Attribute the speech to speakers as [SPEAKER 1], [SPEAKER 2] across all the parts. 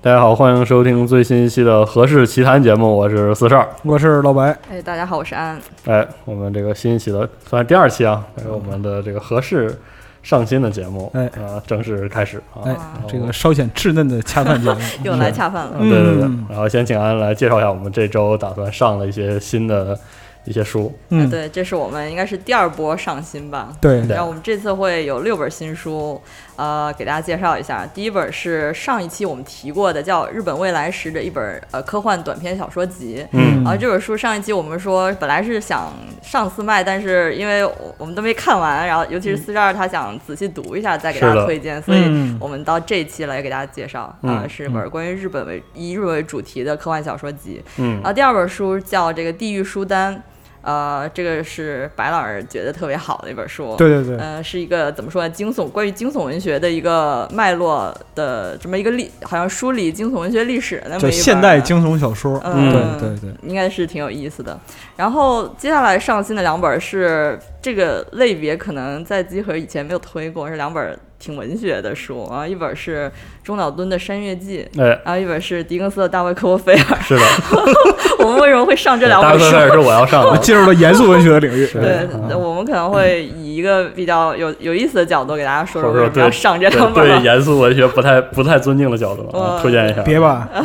[SPEAKER 1] 大家好，欢迎收听最新一期的《何氏奇谈》节目，我是四十二。
[SPEAKER 2] 我是老白，
[SPEAKER 3] 哎，大家好，我是安。
[SPEAKER 1] 哎，我们这个新一期的算是第二期啊，这是我们的这个合适上新的节目，
[SPEAKER 2] 哎
[SPEAKER 1] 啊，正式开始啊。
[SPEAKER 2] 哎
[SPEAKER 3] 啊，
[SPEAKER 2] 这个稍显稚嫩的恰饭节目
[SPEAKER 3] 又来恰饭了，
[SPEAKER 1] 嗯对对对
[SPEAKER 2] 嗯，
[SPEAKER 1] 然后先请安来介绍一下我们这周打算上的一些新的一些书。
[SPEAKER 3] 哎
[SPEAKER 2] 嗯，
[SPEAKER 3] 对，这是我们应该是第二波上新吧。
[SPEAKER 2] 对
[SPEAKER 1] 对
[SPEAKER 3] 然后我们这次会有六本新书，呃，给大家介绍一下。第一本是上一期我们提过的，叫《日本未来史》的一本呃科幻短篇小说集。
[SPEAKER 1] 嗯
[SPEAKER 3] 啊，这本书上一期我们说本来是想上次卖，但是因为我我们都没看完，然后尤其是四十二他想仔细读一下再给大
[SPEAKER 1] 嗯是
[SPEAKER 3] 家
[SPEAKER 1] 的
[SPEAKER 3] 推荐，所以
[SPEAKER 2] 嗯
[SPEAKER 3] 我们到这一期来给大家介绍啊、
[SPEAKER 1] 嗯
[SPEAKER 3] 是本关于日本为以日本为主题的科幻小说集。
[SPEAKER 1] 嗯
[SPEAKER 3] 然啊后第二本书叫这个《地狱书单》，呃，这个是白老师觉得特别好的一本书。
[SPEAKER 2] 对对对，
[SPEAKER 3] 呃，是一个怎么说呢？惊悚关于惊悚文学的一个脉络的这么一个历，好像梳理惊悚文学历史的那么一
[SPEAKER 2] 就
[SPEAKER 3] 本
[SPEAKER 2] 现代惊悚小说，
[SPEAKER 3] 嗯
[SPEAKER 2] 对对对，
[SPEAKER 3] 应该是挺有意思的。然后接下来上新的两本是这个类别，可能在集合以前没有推过，是两本挺文学的书啊，一本是中岛敦的《山月记》。
[SPEAKER 1] 哎，
[SPEAKER 3] 然后一本是狄更斯的《大卫·科波菲尔，
[SPEAKER 1] 是的，》
[SPEAKER 3] 我们为什么会 上这两
[SPEAKER 1] 大
[SPEAKER 3] 本
[SPEAKER 1] 部
[SPEAKER 3] 书？
[SPEAKER 1] 分是我要上的。
[SPEAKER 2] 进入了严肃文学的领域，
[SPEAKER 1] 是
[SPEAKER 3] 对
[SPEAKER 1] 嗯，
[SPEAKER 3] 我们可能会以一个比较有有意思的角度给大家说说
[SPEAKER 1] 或者说
[SPEAKER 3] 为什么
[SPEAKER 1] 对
[SPEAKER 3] 要上这
[SPEAKER 1] 对
[SPEAKER 3] 两本
[SPEAKER 1] 对
[SPEAKER 3] 儿。
[SPEAKER 1] 严肃文学不太不太尊敬的角度啊，
[SPEAKER 3] 哇
[SPEAKER 1] 推荐一下。
[SPEAKER 2] 别吧，
[SPEAKER 1] 嗯，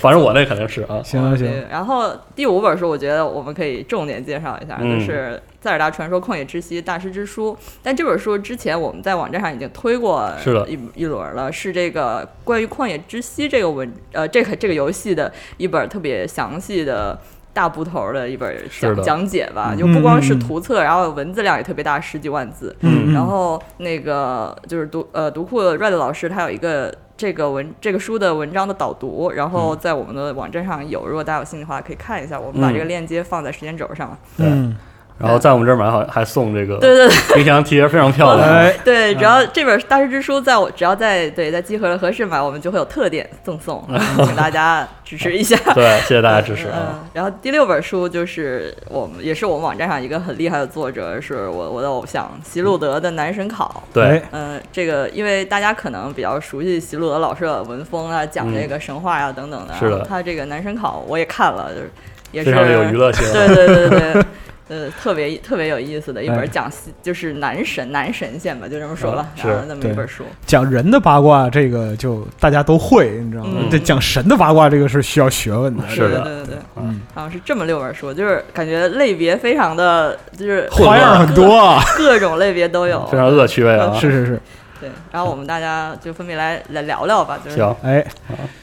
[SPEAKER 1] 反正我那肯定是啊。
[SPEAKER 2] 行行行，
[SPEAKER 3] 对，然后第五本书，我觉得我们可以重点介绍一下，
[SPEAKER 1] 嗯
[SPEAKER 3] 就是《塞尔达传说：旷野之息：大师之书》。但这本书之前我们在网站上已经推过
[SPEAKER 1] 是的
[SPEAKER 3] 一一轮了，是这个关于旷野之息这个文呃这个这个游戏的一本特别详细的。大部头的一本
[SPEAKER 1] 是的
[SPEAKER 3] 讲讲解吧，
[SPEAKER 1] 嗯
[SPEAKER 3] 就不光是
[SPEAKER 2] 嗯嗯嗯
[SPEAKER 3] 图册，然后文字量也特别大，十几万字。
[SPEAKER 2] 嗯，
[SPEAKER 3] 然后那个就是读呃读库 Red 老师，他有一个这个文这个书的文章的导读，然后在我们的网站上有，如果大家有兴趣的话可以看一下，我们把
[SPEAKER 1] 嗯
[SPEAKER 3] 这个链接放在时间轴上。
[SPEAKER 2] 嗯，
[SPEAKER 1] 然后在我们这儿买好还送这个
[SPEAKER 3] 对对对
[SPEAKER 1] 冰箱贴，非常漂亮啊。
[SPEAKER 2] 哎，
[SPEAKER 3] 对，只要这本《大师之书》在我只要在对在集合了合适买，我们就会有特点赠送，请大家支持一下。
[SPEAKER 1] 对，谢谢大家支持啊！
[SPEAKER 3] 嗯，然后第六本书就是我们也是我们网站上一个很厉害的作者，是我我的偶像席路德的《男神考》。
[SPEAKER 2] 哎
[SPEAKER 1] 对，
[SPEAKER 3] 嗯，这个因为大家可能比较熟悉席路德老师的文风啊，讲这个神话呀、等等的。
[SPEAKER 1] 嗯是的
[SPEAKER 3] 然后他这个《男神考》我也看了，就是也是
[SPEAKER 1] 非常的有 娱乐性啊。
[SPEAKER 3] 对对对对 对，呃，特别特别有意思的一
[SPEAKER 2] 哎
[SPEAKER 3] 本讲西就是男神男神仙吧，就这么说了，
[SPEAKER 1] 啊是
[SPEAKER 3] 然后那么
[SPEAKER 2] 对
[SPEAKER 3] 一本书。
[SPEAKER 2] 讲人的八卦这个就大家都会，你知道吗
[SPEAKER 3] 嗯？
[SPEAKER 2] 这讲神的八卦这个是需要学问的，
[SPEAKER 1] 是的
[SPEAKER 3] 对对对对，
[SPEAKER 2] 嗯，
[SPEAKER 3] 然后是这么六本书，就是感觉类别非常的，就是
[SPEAKER 1] 混
[SPEAKER 2] 花样很多啊，
[SPEAKER 3] 各种类别都有。
[SPEAKER 1] 非常恶趣味啊！
[SPEAKER 2] 是是是，
[SPEAKER 3] 对，然后我们大家就分别来来聊聊吧，就是
[SPEAKER 1] 行，
[SPEAKER 2] 哎，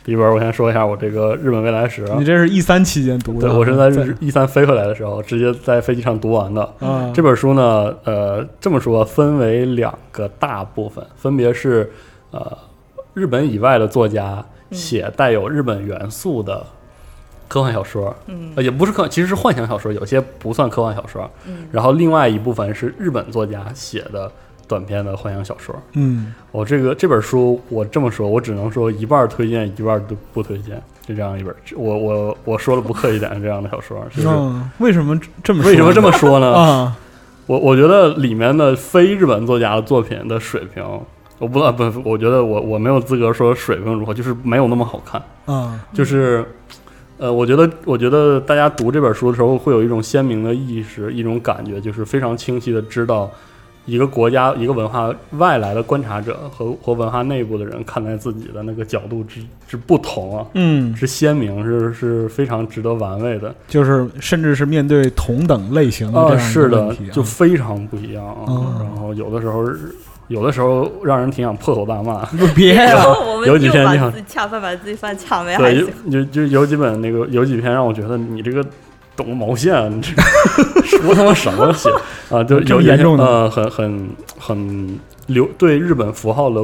[SPEAKER 1] 第一本我先说一下我这个日本未来史啊，
[SPEAKER 2] 你这是一三期间读
[SPEAKER 1] 对
[SPEAKER 2] 的，
[SPEAKER 1] 我是在日一三飞回来的时候，直接在飞机上读完的。
[SPEAKER 2] 啊，
[SPEAKER 1] 这本书呢，呃，这么说分为两个大部分，分别是呃日本以外的作家
[SPEAKER 3] 嗯
[SPEAKER 1] 写带有日本元素的科幻小说，
[SPEAKER 3] 嗯
[SPEAKER 1] 呃，也不是科，其实是幻想小说，有些不算科幻小说。
[SPEAKER 3] 嗯
[SPEAKER 1] 然后另外一部分是日本作家写的短篇的幻想小说。
[SPEAKER 2] 嗯，
[SPEAKER 1] 我、这个这本书，我这么说，我只能说一半儿推荐，一半儿都不推荐，就这样一本。我我我说的不客气点，这样的小说，就是
[SPEAKER 2] 嗯，为什么这么说
[SPEAKER 1] 为什么这么说呢？
[SPEAKER 2] 啊？
[SPEAKER 1] 我我觉得里面的非日本作家的作品的水平，我不不，我觉得我我没有资格说水平如何，就是没有那么好看。
[SPEAKER 2] 啊，
[SPEAKER 1] 就是，呃，我觉得，我觉得大家读这本书的时候，会有一种鲜明的意识，一种感觉，就是非常清晰的知道一个国家、一个文化外来的观察者和和文化内部的人看待自己的那个角度之之不同啊，
[SPEAKER 2] 嗯，
[SPEAKER 1] 是鲜明，是是非常值得玩味的。
[SPEAKER 2] 就是甚至是面对同等类型的这
[SPEAKER 1] 啊，
[SPEAKER 2] 样一个
[SPEAKER 1] 是的
[SPEAKER 2] 问题啊，
[SPEAKER 1] 就非常不一样啊。
[SPEAKER 2] 嗯
[SPEAKER 1] 然后有的时候，有的时候让人挺想破口大骂。
[SPEAKER 2] 不别
[SPEAKER 3] 然
[SPEAKER 2] 呀，
[SPEAKER 3] 后我们
[SPEAKER 1] 有
[SPEAKER 3] 又
[SPEAKER 1] 几天你
[SPEAKER 3] 把
[SPEAKER 1] 想
[SPEAKER 3] 自己恰饭把自己饭恰没还
[SPEAKER 1] 对，
[SPEAKER 3] 行。
[SPEAKER 1] 有有就有几本那个有几篇让我觉得你这个懂个毛线啊，你这个 说他妈什么写啊？ 就
[SPEAKER 2] 这
[SPEAKER 1] 有
[SPEAKER 2] 么
[SPEAKER 1] 一
[SPEAKER 2] 严
[SPEAKER 1] 些
[SPEAKER 2] 重的
[SPEAKER 1] 呃，很很很流对日本符号的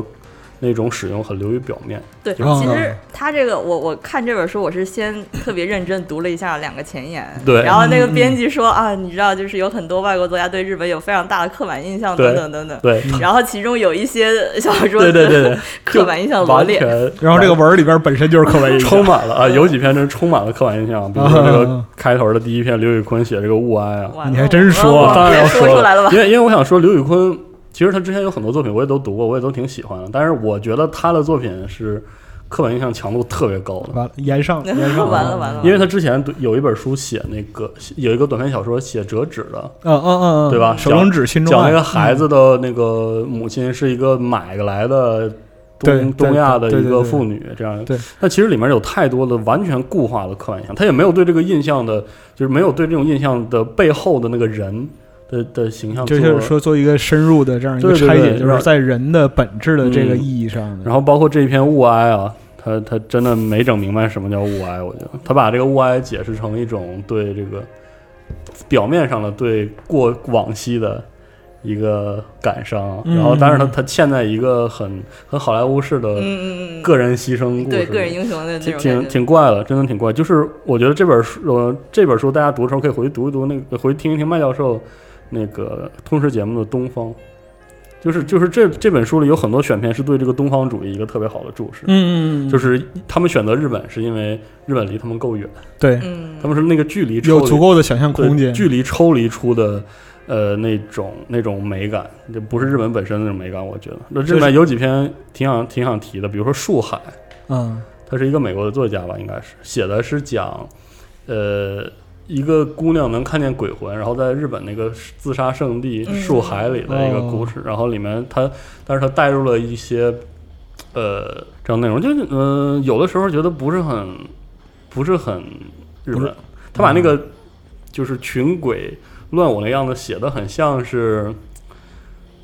[SPEAKER 1] 那种使用很流于表面。
[SPEAKER 3] 对，
[SPEAKER 2] 嗯
[SPEAKER 3] 其实他这个，我我看这本书，我是先特别认真读了一下两个前言，
[SPEAKER 1] 对
[SPEAKER 3] 然后那个编辑说啊，你知道，就是有很多外国作家对日本有非常大的刻板印象，
[SPEAKER 1] 对
[SPEAKER 3] 等等等等。
[SPEAKER 1] 对，嗯
[SPEAKER 3] 然后其中有一些小说，
[SPEAKER 1] 对对对对，
[SPEAKER 3] 刻板印象罗
[SPEAKER 1] 完
[SPEAKER 3] 列
[SPEAKER 1] 全。
[SPEAKER 2] 然后这个文儿里边本身 就是刻板印象，
[SPEAKER 1] 充满了啊，有几篇真充满了刻板印象，比如说这
[SPEAKER 2] 啊啊
[SPEAKER 1] 个
[SPEAKER 2] 啊
[SPEAKER 1] 开头的第一篇刘宇坤写这个物哀啊，
[SPEAKER 3] 完了
[SPEAKER 2] 你还真说
[SPEAKER 3] 我
[SPEAKER 1] 我当然要
[SPEAKER 3] 别说出来了吧？
[SPEAKER 1] 因为因为我想说刘宇坤，其实他之前有很多作品我也都读过，我也都挺喜欢的，但是我觉得他的作品是刻板印象强度特别高的。
[SPEAKER 2] 完了，延上延上
[SPEAKER 3] 完了
[SPEAKER 2] 嗯
[SPEAKER 3] 完了，
[SPEAKER 1] 因为他之前有一本书写那个，有一个短篇小说写折纸的，
[SPEAKER 2] 嗯嗯嗯，嗯
[SPEAKER 1] 对吧
[SPEAKER 2] 手中指心中啊嗯
[SPEAKER 1] 讲
[SPEAKER 2] 爱
[SPEAKER 1] 那个孩子的那个母亲是一个买来的
[SPEAKER 2] 对
[SPEAKER 1] 东东亚的
[SPEAKER 2] 对
[SPEAKER 1] 一
[SPEAKER 2] 对
[SPEAKER 1] 个
[SPEAKER 2] 对
[SPEAKER 1] 妇女，这样。
[SPEAKER 2] 对，
[SPEAKER 1] 但其实里面有太多的完全固化的刻板印象，他也没有对这个印象的，就是没有对这种印象的背后的那个人的的形象
[SPEAKER 2] 嗯
[SPEAKER 1] 做。
[SPEAKER 2] 就是说做一个深入的这样一个
[SPEAKER 1] 对对
[SPEAKER 2] 拆解，
[SPEAKER 1] 对
[SPEAKER 2] 就是在人的本质的这个
[SPEAKER 1] 嗯
[SPEAKER 2] 意义上的。
[SPEAKER 1] 然后包括这一篇物哀啊，他他真的没整明白什么叫物哀，我觉得他把这个物哀解释成一种对这个表面上的对过往昔的一个感伤，啊
[SPEAKER 2] 嗯
[SPEAKER 1] 然后但是他他嵌在一个很很好莱坞式的
[SPEAKER 3] 嗯嗯嗯，
[SPEAKER 1] 个人牺牲故事
[SPEAKER 3] 对
[SPEAKER 1] 里，
[SPEAKER 3] 个人英雄的那
[SPEAKER 1] 挺
[SPEAKER 3] 种
[SPEAKER 1] 挺
[SPEAKER 3] 感觉，
[SPEAKER 1] 挺怪的，真的挺怪。就是我觉得这本书，呃，这本书大家读的时候可以回去读一读，那个回去听一听麦教授那个通识节目的《东方》，就是就是这这本书里有很多选片是对这个东方主义一个特别好的注释。
[SPEAKER 2] 嗯嗯嗯，
[SPEAKER 1] 就是是他们选择日本，是因为日本离他们够远，
[SPEAKER 2] 对，
[SPEAKER 3] 嗯
[SPEAKER 1] 他，们是那个距离抽
[SPEAKER 2] 有
[SPEAKER 1] 离
[SPEAKER 2] 足够的想象
[SPEAKER 1] 对
[SPEAKER 2] 空间。
[SPEAKER 1] 距离抽离出的，呃，那种那种美感，这不是日本本身的那种美感，我觉得。那这里
[SPEAKER 2] 就是
[SPEAKER 1] 面有几篇挺想挺想提的，比如说《树海》，
[SPEAKER 2] 嗯
[SPEAKER 1] 他是一个美国的作家吧，应该是写的是讲，呃，一个姑娘能看见鬼魂，然后在日本那个自杀圣地
[SPEAKER 3] 嗯
[SPEAKER 1] 树海里的一个故事，然后里面他，但是他带入了一些，呃，这样内容，就是嗯、呃，有的时候觉得不是很，不是很日
[SPEAKER 2] 不
[SPEAKER 1] 本，他把那个、就是群鬼乱舞那样子写的很像是，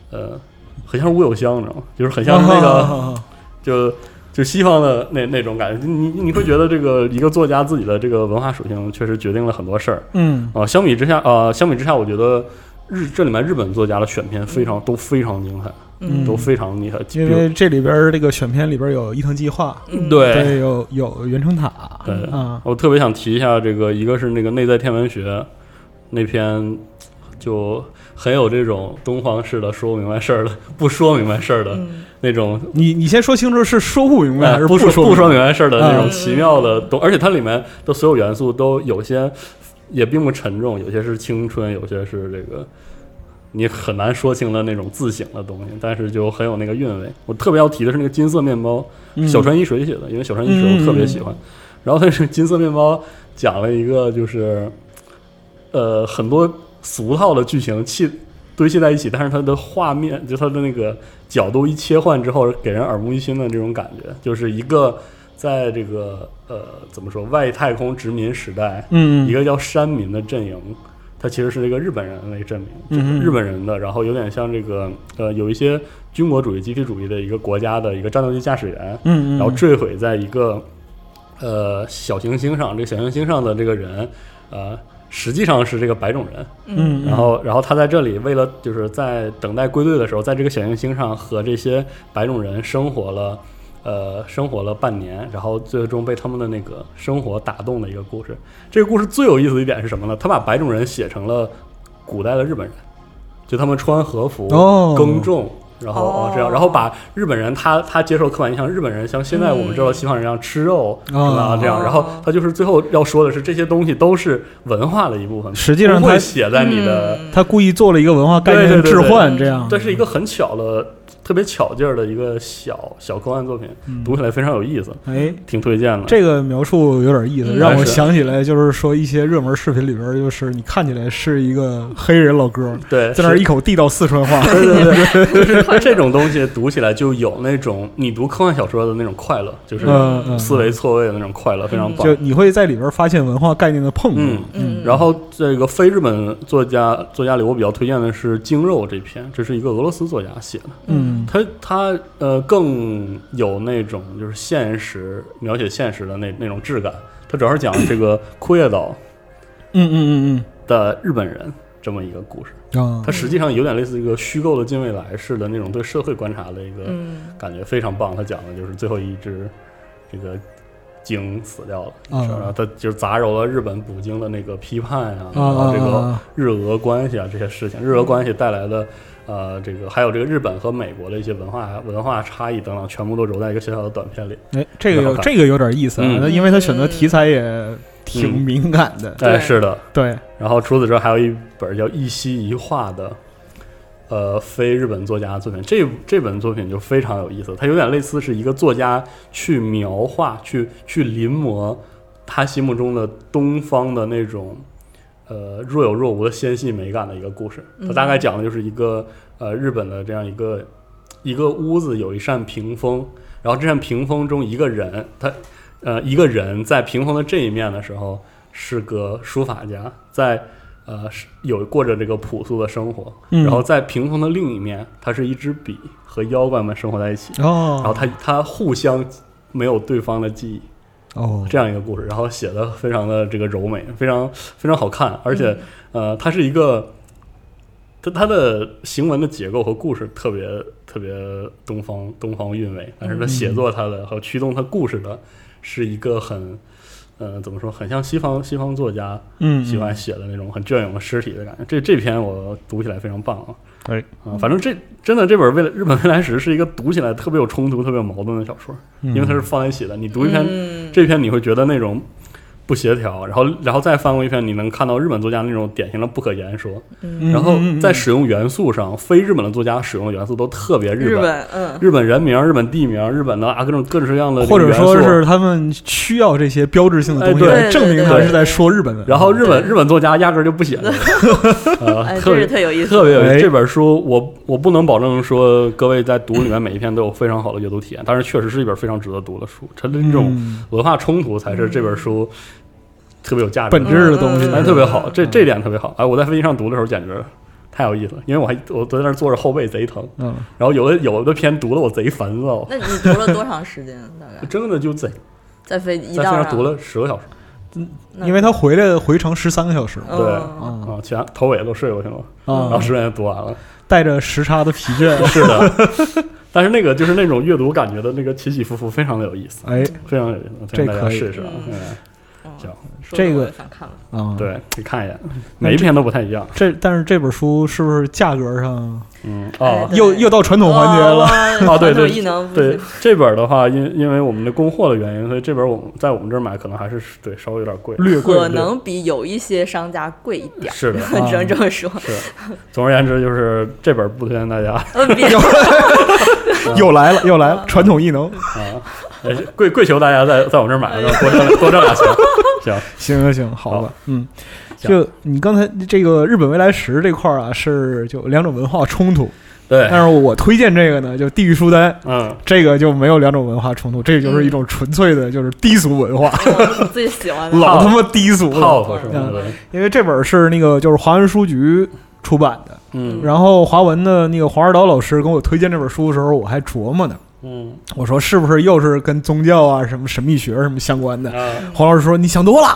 [SPEAKER 1] 呃，很像是吴有香，你知道吗？就是很像是那个。
[SPEAKER 2] 个
[SPEAKER 1] 就就西方的那那种感觉，你你你会觉得这个一个作家自己的这个文化属性确实决定了很多事儿
[SPEAKER 2] 嗯
[SPEAKER 1] 啊、相比之下，呃，相比之下，我觉得日这里面日本作家的选片非常都非常精彩，
[SPEAKER 2] 嗯
[SPEAKER 1] 都非常厉害。比
[SPEAKER 2] 因
[SPEAKER 1] 如
[SPEAKER 2] 为这里边儿这个选片里边儿有伊藤计划，
[SPEAKER 3] 嗯
[SPEAKER 1] 对
[SPEAKER 2] 对，有有袁成塔，
[SPEAKER 1] 对
[SPEAKER 2] 啊，
[SPEAKER 1] 我特别想提一下这个，一个是那个内在天文学那篇，就很有这种东方式的说不明白事儿的，不说明白事儿的
[SPEAKER 3] 嗯
[SPEAKER 1] 那种
[SPEAKER 2] 你你先说清楚是说不明白
[SPEAKER 1] 哎
[SPEAKER 2] 还是
[SPEAKER 1] 不
[SPEAKER 2] 说
[SPEAKER 1] 说
[SPEAKER 2] 不
[SPEAKER 1] 说
[SPEAKER 2] 明
[SPEAKER 1] 明白事儿的那
[SPEAKER 2] 嗯
[SPEAKER 1] 种奇妙的东，而且它里面的所有元素都有些也并不沉重，有些是青春，有些是这个你很难说清的那种自省的东西，但是就很有那个韵味。我特别要提的是那个金色面包，
[SPEAKER 2] 白
[SPEAKER 1] 小川一水写的，因为小川一水我
[SPEAKER 2] 嗯
[SPEAKER 1] 特别喜欢。然后但是金色面包讲了一个就是呃很多俗套的剧情砌堆砌在一起，但是它的画面就它的那个角度一切换之后，给人耳目一新的这种感觉，就是一个在这个呃怎么说外太空殖民时代，
[SPEAKER 2] 嗯
[SPEAKER 1] 一个叫山民的阵营，它其实是这个日本人为阵营，
[SPEAKER 2] 嗯嗯
[SPEAKER 1] 日本人的，然后有点像这个呃有一些军国主义、集体主义的一个国家的一个战斗机驾驶员，
[SPEAKER 2] 嗯嗯，
[SPEAKER 1] 然后坠毁在一个呃小行星上，这个小行星上的这个人呃实际上是这个白种人，
[SPEAKER 2] 嗯
[SPEAKER 1] 然后，然后他在这里为了就是在等待归队的时候，在这个小行星上和这些白种人生活了，呃，生活了半年，然后最终被他们的那个生活打动的一个故事。这个故事最有意思的一点是什么呢？他把白种人写成了古代的日本人，就他们穿和服、
[SPEAKER 2] 哦
[SPEAKER 1] 耕种。然后哦
[SPEAKER 3] 哦
[SPEAKER 1] 这样，然后把日本人他他接受刻板印象，日本人像现在我们知道
[SPEAKER 3] 嗯
[SPEAKER 1] 西方人一样吃肉
[SPEAKER 2] 哦
[SPEAKER 1] 是吧？这样，然后他就是最后要说的是，这些东西都是文化的一部分，
[SPEAKER 2] 实际上
[SPEAKER 1] 不会
[SPEAKER 2] 他
[SPEAKER 1] 写在你的，
[SPEAKER 2] 他故意做了一个文化概念
[SPEAKER 1] 对对对
[SPEAKER 2] 置
[SPEAKER 1] 对
[SPEAKER 2] 换这样，
[SPEAKER 1] 这是一个很巧的、特别巧劲儿的一个小小科幻作品，
[SPEAKER 2] 嗯
[SPEAKER 1] 读起来非常有意思，
[SPEAKER 2] 哎。
[SPEAKER 1] 挺推荐的。
[SPEAKER 2] 这个描述有点意思，
[SPEAKER 3] 嗯
[SPEAKER 2] 让我
[SPEAKER 1] 但是
[SPEAKER 2] 想起来，就是说一些热门视频里边，就是你看起来是一个黑人老哥，
[SPEAKER 1] 对，
[SPEAKER 2] 在那儿
[SPEAKER 1] 是
[SPEAKER 2] 一口地道四川话，
[SPEAKER 1] 对 对对，就是这种东西读起来就有那种你读科幻小说的那种快乐，就是
[SPEAKER 2] 嗯嗯
[SPEAKER 1] 思维错位的那种快乐，非常棒
[SPEAKER 2] 就。你会在里边发现文化概念的碰撞
[SPEAKER 1] 嗯。
[SPEAKER 3] 嗯
[SPEAKER 1] 然后这个非日本作家作家里，我比较推荐的是《精肉》这篇，这是一个俄罗斯作家写的。
[SPEAKER 2] 嗯
[SPEAKER 1] 他他呃更有那种就是现实描写现实的那那种质感。他主要是讲这个 枯叶岛
[SPEAKER 2] 嗯嗯嗯
[SPEAKER 1] 的日本人这么一个故事，
[SPEAKER 2] 嗯啊
[SPEAKER 1] 它，实际上有点类似一个虚构的近未来式的那种对社会观察的一个
[SPEAKER 3] 嗯
[SPEAKER 1] 感觉，非常棒。他讲的就是最后一只这个鲸死掉了，
[SPEAKER 2] 啊
[SPEAKER 1] 然后他就是杂糅了日本捕鲸的那个批判啊，然
[SPEAKER 2] 啊
[SPEAKER 1] 后这个日俄关系啊这些事情，日俄关系带来的呃这个还有这个日本和美国的一些文化文化差异等等，全部都揉在一个小小的短片里。
[SPEAKER 2] 哎，这个有
[SPEAKER 1] 蛮好看
[SPEAKER 2] 这个有点意思啊，
[SPEAKER 1] 嗯
[SPEAKER 2] 那因为他选择题材也挺敏感的，
[SPEAKER 3] 对
[SPEAKER 1] 哎，是的。
[SPEAKER 2] 对，
[SPEAKER 1] 然后除此之外，还有一本叫《一西一画》的呃非日本作家的作品。这这本作品就非常有意思，它有点类似是一个作家去描画、去去临摹他心目中的东方的那种呃若有若无的纤细美感的一个故事。它大概讲的就是一个呃日本的这样一个一个屋子有一扇屏风，然后这扇屏风中一个人，他呃一个人在屏风的这一面的时候是个书法家，在呃是有过着这个朴素的生活，
[SPEAKER 2] 嗯
[SPEAKER 1] 然后在屏风的另一面，它是一支笔和妖怪们生活在一起，然后
[SPEAKER 2] 哦
[SPEAKER 1] 他他互相没有对方的记忆，
[SPEAKER 2] 哦，
[SPEAKER 1] 这样一个故事，然后写的非常的这个柔美，非常非常好看，而且、
[SPEAKER 2] 嗯
[SPEAKER 1] 呃，它是一个它它的行文的结构和故事特别特别东方东方韵味，但是它
[SPEAKER 2] 嗯
[SPEAKER 1] 写作它的和驱动它故事的是一个很呃怎么说，很像西方西方作家
[SPEAKER 2] 嗯，
[SPEAKER 1] 喜欢写的那种很隽永的诗体的感觉。这这篇我读起来非常棒啊！
[SPEAKER 2] 哎
[SPEAKER 1] 啊，反正这真的这本《未来日本未来史》是一个读起来特别有冲突、特别有矛盾的小说，
[SPEAKER 2] 嗯，
[SPEAKER 1] 因为它是放在一起的，你读一篇。
[SPEAKER 3] 嗯
[SPEAKER 1] 这篇你会觉得那种不协调，然后然后再翻过一篇，你能看到日本作家那种典型的不可言说，
[SPEAKER 2] 嗯
[SPEAKER 1] 然后在
[SPEAKER 2] 嗯
[SPEAKER 1] 使用元素上，非日本的作家使用的元素都特别
[SPEAKER 3] 日
[SPEAKER 1] 本。
[SPEAKER 3] 本，嗯，
[SPEAKER 1] 日本人名、日本地名、日本的啊各种各种各样的
[SPEAKER 2] 或者
[SPEAKER 1] 元素
[SPEAKER 2] 说是他们需要这些标志性的东西
[SPEAKER 1] 哎对
[SPEAKER 2] 来证明他是在说日本文。
[SPEAKER 1] 然后日本
[SPEAKER 3] 对
[SPEAKER 1] 日本作家压根儿就不写这个，
[SPEAKER 3] 哎，
[SPEAKER 1] 呃，特
[SPEAKER 3] 这
[SPEAKER 1] 别
[SPEAKER 3] 是特有意思，
[SPEAKER 1] 特别有意思
[SPEAKER 2] 哎
[SPEAKER 1] 这本书我我不能保证说各位在读里面每一篇都有非常好的阅读体验，但是确实是一本非常值得读的书。它的这种
[SPEAKER 2] 嗯
[SPEAKER 1] 文化冲突才是这本书特别有价值的
[SPEAKER 2] 本
[SPEAKER 1] 地方
[SPEAKER 2] 质的东西
[SPEAKER 3] 嗯嗯嗯
[SPEAKER 1] 哎，特别好，这
[SPEAKER 2] 嗯
[SPEAKER 1] 这点特别好。哎，我在飞机上读的时候简直太有意思了，因为我还我在那儿坐着后背贼疼，
[SPEAKER 2] 嗯，
[SPEAKER 1] 然后有的有的篇读的我贼烦躁，
[SPEAKER 3] 那你读了多长时间？大概
[SPEAKER 1] 真的就贼
[SPEAKER 3] 在飞一
[SPEAKER 1] 在飞
[SPEAKER 3] 道
[SPEAKER 1] 机
[SPEAKER 3] 上
[SPEAKER 1] 上读了十个小时
[SPEAKER 3] 那
[SPEAKER 2] 因为他回来回程十三个小时嘛，
[SPEAKER 3] 嗯
[SPEAKER 1] 对
[SPEAKER 3] 嗯
[SPEAKER 2] 啊
[SPEAKER 1] 啊，全头尾都睡过去了，然后
[SPEAKER 2] 啊，
[SPEAKER 1] 十点就读完了。
[SPEAKER 2] 带着时差的疲倦，
[SPEAKER 1] 是的，但是那个就是那种阅读感觉的那个起起伏伏，非常的有意思，
[SPEAKER 2] 哎
[SPEAKER 1] 非常有意思，推荐大家
[SPEAKER 2] 这可以
[SPEAKER 1] 试试啊。
[SPEAKER 3] 嗯
[SPEAKER 1] 嗯
[SPEAKER 3] 嗯
[SPEAKER 1] 行
[SPEAKER 3] 说
[SPEAKER 2] 这
[SPEAKER 3] 得我
[SPEAKER 2] 个
[SPEAKER 3] 也想看了，
[SPEAKER 2] 啊，，
[SPEAKER 1] 对，可以看一眼，每一篇都不太一样。
[SPEAKER 2] 嗯这但是这本书是不是价格上
[SPEAKER 1] 嗯
[SPEAKER 3] 哎
[SPEAKER 1] 哦，
[SPEAKER 3] 对
[SPEAKER 2] 又又到传统环节了？
[SPEAKER 3] 了
[SPEAKER 1] 啊对对
[SPEAKER 3] 哦异能
[SPEAKER 1] 对这本儿的话，因因为我们的供货的原因，所以这本儿我们在我们这儿买可能还是对稍微有点贵，
[SPEAKER 2] 略贵
[SPEAKER 3] 可能比有一些商家贵一点儿，
[SPEAKER 1] 是的，
[SPEAKER 3] 只能这么说。
[SPEAKER 1] 是。总而言之，就是这本儿不推荐大家
[SPEAKER 3] 呃，别
[SPEAKER 2] 又来了又来了，传统异能，
[SPEAKER 1] 啊，呃跪跪求大家在在我们这儿买，然后多挣多挣俩钱。行，
[SPEAKER 2] 行行行，好吧，嗯，
[SPEAKER 1] 行
[SPEAKER 2] 就你刚才这个日本未来石这块儿啊，是就两种文化冲突，
[SPEAKER 1] 对
[SPEAKER 2] 但，是我推荐这个呢，就《地狱书单》，
[SPEAKER 1] 嗯，
[SPEAKER 2] 这个就没有两种文化冲突，这就是一种纯粹的，就是低俗文化，
[SPEAKER 3] 我最喜欢的
[SPEAKER 2] 老他妈低俗了。
[SPEAKER 1] 泡泡什么的，
[SPEAKER 2] 因为这本是那个就是华文书局出版的，
[SPEAKER 1] 嗯
[SPEAKER 2] 然后华文的那个黄二岛老师跟我推荐这本书的时候，我还琢磨呢，
[SPEAKER 1] 嗯
[SPEAKER 2] 我说是不是又是跟宗教啊、什么神秘学什么相关的？
[SPEAKER 1] 啊，
[SPEAKER 2] 黄老师说你想多了，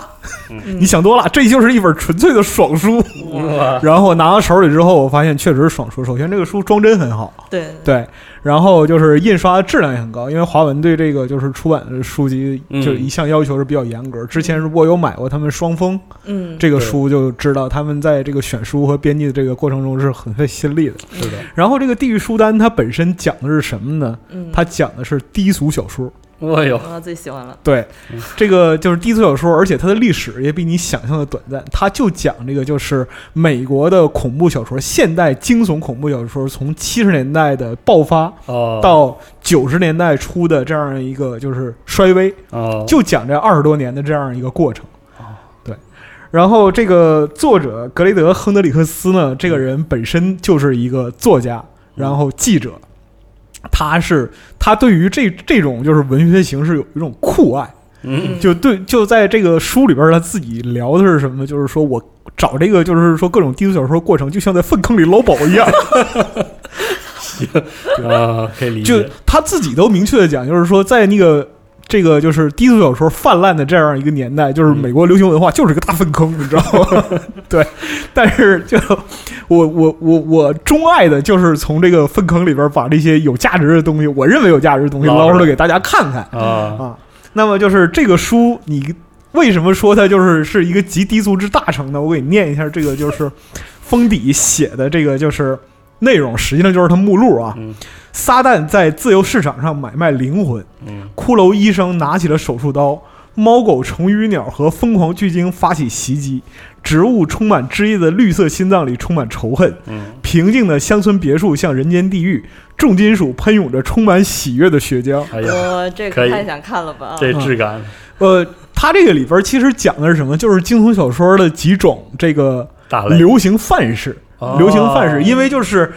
[SPEAKER 3] 嗯
[SPEAKER 2] 你想多了，这就是一本纯粹的爽书。
[SPEAKER 1] 哇
[SPEAKER 2] 然后我拿到手里之后，我发现确实是爽书。首先，这个书装帧很好，
[SPEAKER 3] 对
[SPEAKER 2] 对，然后就是印刷质量也很高，因为华文对这个就是出版的书籍
[SPEAKER 1] 嗯
[SPEAKER 2] 就一向要求是比较严格。之前如果有买过他们双峰
[SPEAKER 3] 嗯
[SPEAKER 2] 这个
[SPEAKER 1] 对
[SPEAKER 2] 书，就知道他们在这个选书和编辑的这个过程中是很费心力的。
[SPEAKER 1] 是的，
[SPEAKER 2] 然后这个《地狱书单》它本身讲的是什么呢？
[SPEAKER 3] 嗯
[SPEAKER 2] 它讲的是低俗小说。
[SPEAKER 1] 我有，
[SPEAKER 3] 我最喜欢了，
[SPEAKER 2] 对
[SPEAKER 1] 嗯，
[SPEAKER 2] 这个就是低俗小说，而且它的历史也比你想象的短暂。它就讲这个就是美国的恐怖小说，现代惊悚恐怖小说从七十年代的爆发
[SPEAKER 1] 哦，
[SPEAKER 2] 到九十年代初的这样一个就是衰微，
[SPEAKER 1] 哦，
[SPEAKER 2] 就讲这二十多年的这样一个过程
[SPEAKER 1] 哦。
[SPEAKER 2] 对，然后这个作者格雷德·亨德里克斯呢，
[SPEAKER 1] 嗯
[SPEAKER 2] 这个人本身就是一个作家，然后记者，他是他对于这这种就是文学形式有一种酷爱。
[SPEAKER 1] 嗯
[SPEAKER 2] 就对，就在这个书里边，他自己聊的是什么呢？就是说我找这个，就是说各种低俗小说过程，就像在粪坑里捞宝一样。
[SPEAKER 1] 啊，可以理
[SPEAKER 2] 就
[SPEAKER 1] 解，
[SPEAKER 2] 他自己都明确的讲，就是说在那个这个就是低俗小说泛滥的这样一个年代，就是
[SPEAKER 1] 嗯
[SPEAKER 2] 美国流行文化就是个大粪坑，你知道吗？ 对，但是就我我我我钟爱的就是从这个粪坑里边把这些有价值的东西，我认为有价值的东西
[SPEAKER 1] 捞
[SPEAKER 2] 捞
[SPEAKER 1] 出
[SPEAKER 2] 出
[SPEAKER 1] 来
[SPEAKER 2] 来给大家看看。
[SPEAKER 1] 啊，
[SPEAKER 2] 啊。那么就是这个书，你为什么说它就是是一个集低俗之大成呢？我给你念一下，这个就是封底写的这个就是内容，实际上就是它目录啊。
[SPEAKER 1] 嗯
[SPEAKER 2] 撒旦在自由市场上买卖灵魂，
[SPEAKER 1] 嗯
[SPEAKER 2] 骷髅医生拿起了手术刀，猫狗、虫鱼鸟和疯狂巨鲸发起袭击，植物充满汁液的绿色心脏里充满仇恨。
[SPEAKER 1] 嗯
[SPEAKER 2] 平静的乡村别墅像人间地狱，重金属喷涌着充满喜悦的血浆。
[SPEAKER 1] 哎呀，
[SPEAKER 3] 我这
[SPEAKER 1] 可
[SPEAKER 3] 个
[SPEAKER 1] 以
[SPEAKER 3] 太想看了吧？
[SPEAKER 1] 这
[SPEAKER 2] 嗯
[SPEAKER 1] 质感，
[SPEAKER 2] 呃，它这个里边其实讲的是什么？就是惊悚小说的几种这个
[SPEAKER 1] 大类，
[SPEAKER 2] 流行范式，
[SPEAKER 1] 哦
[SPEAKER 2] 流行范式，因为就是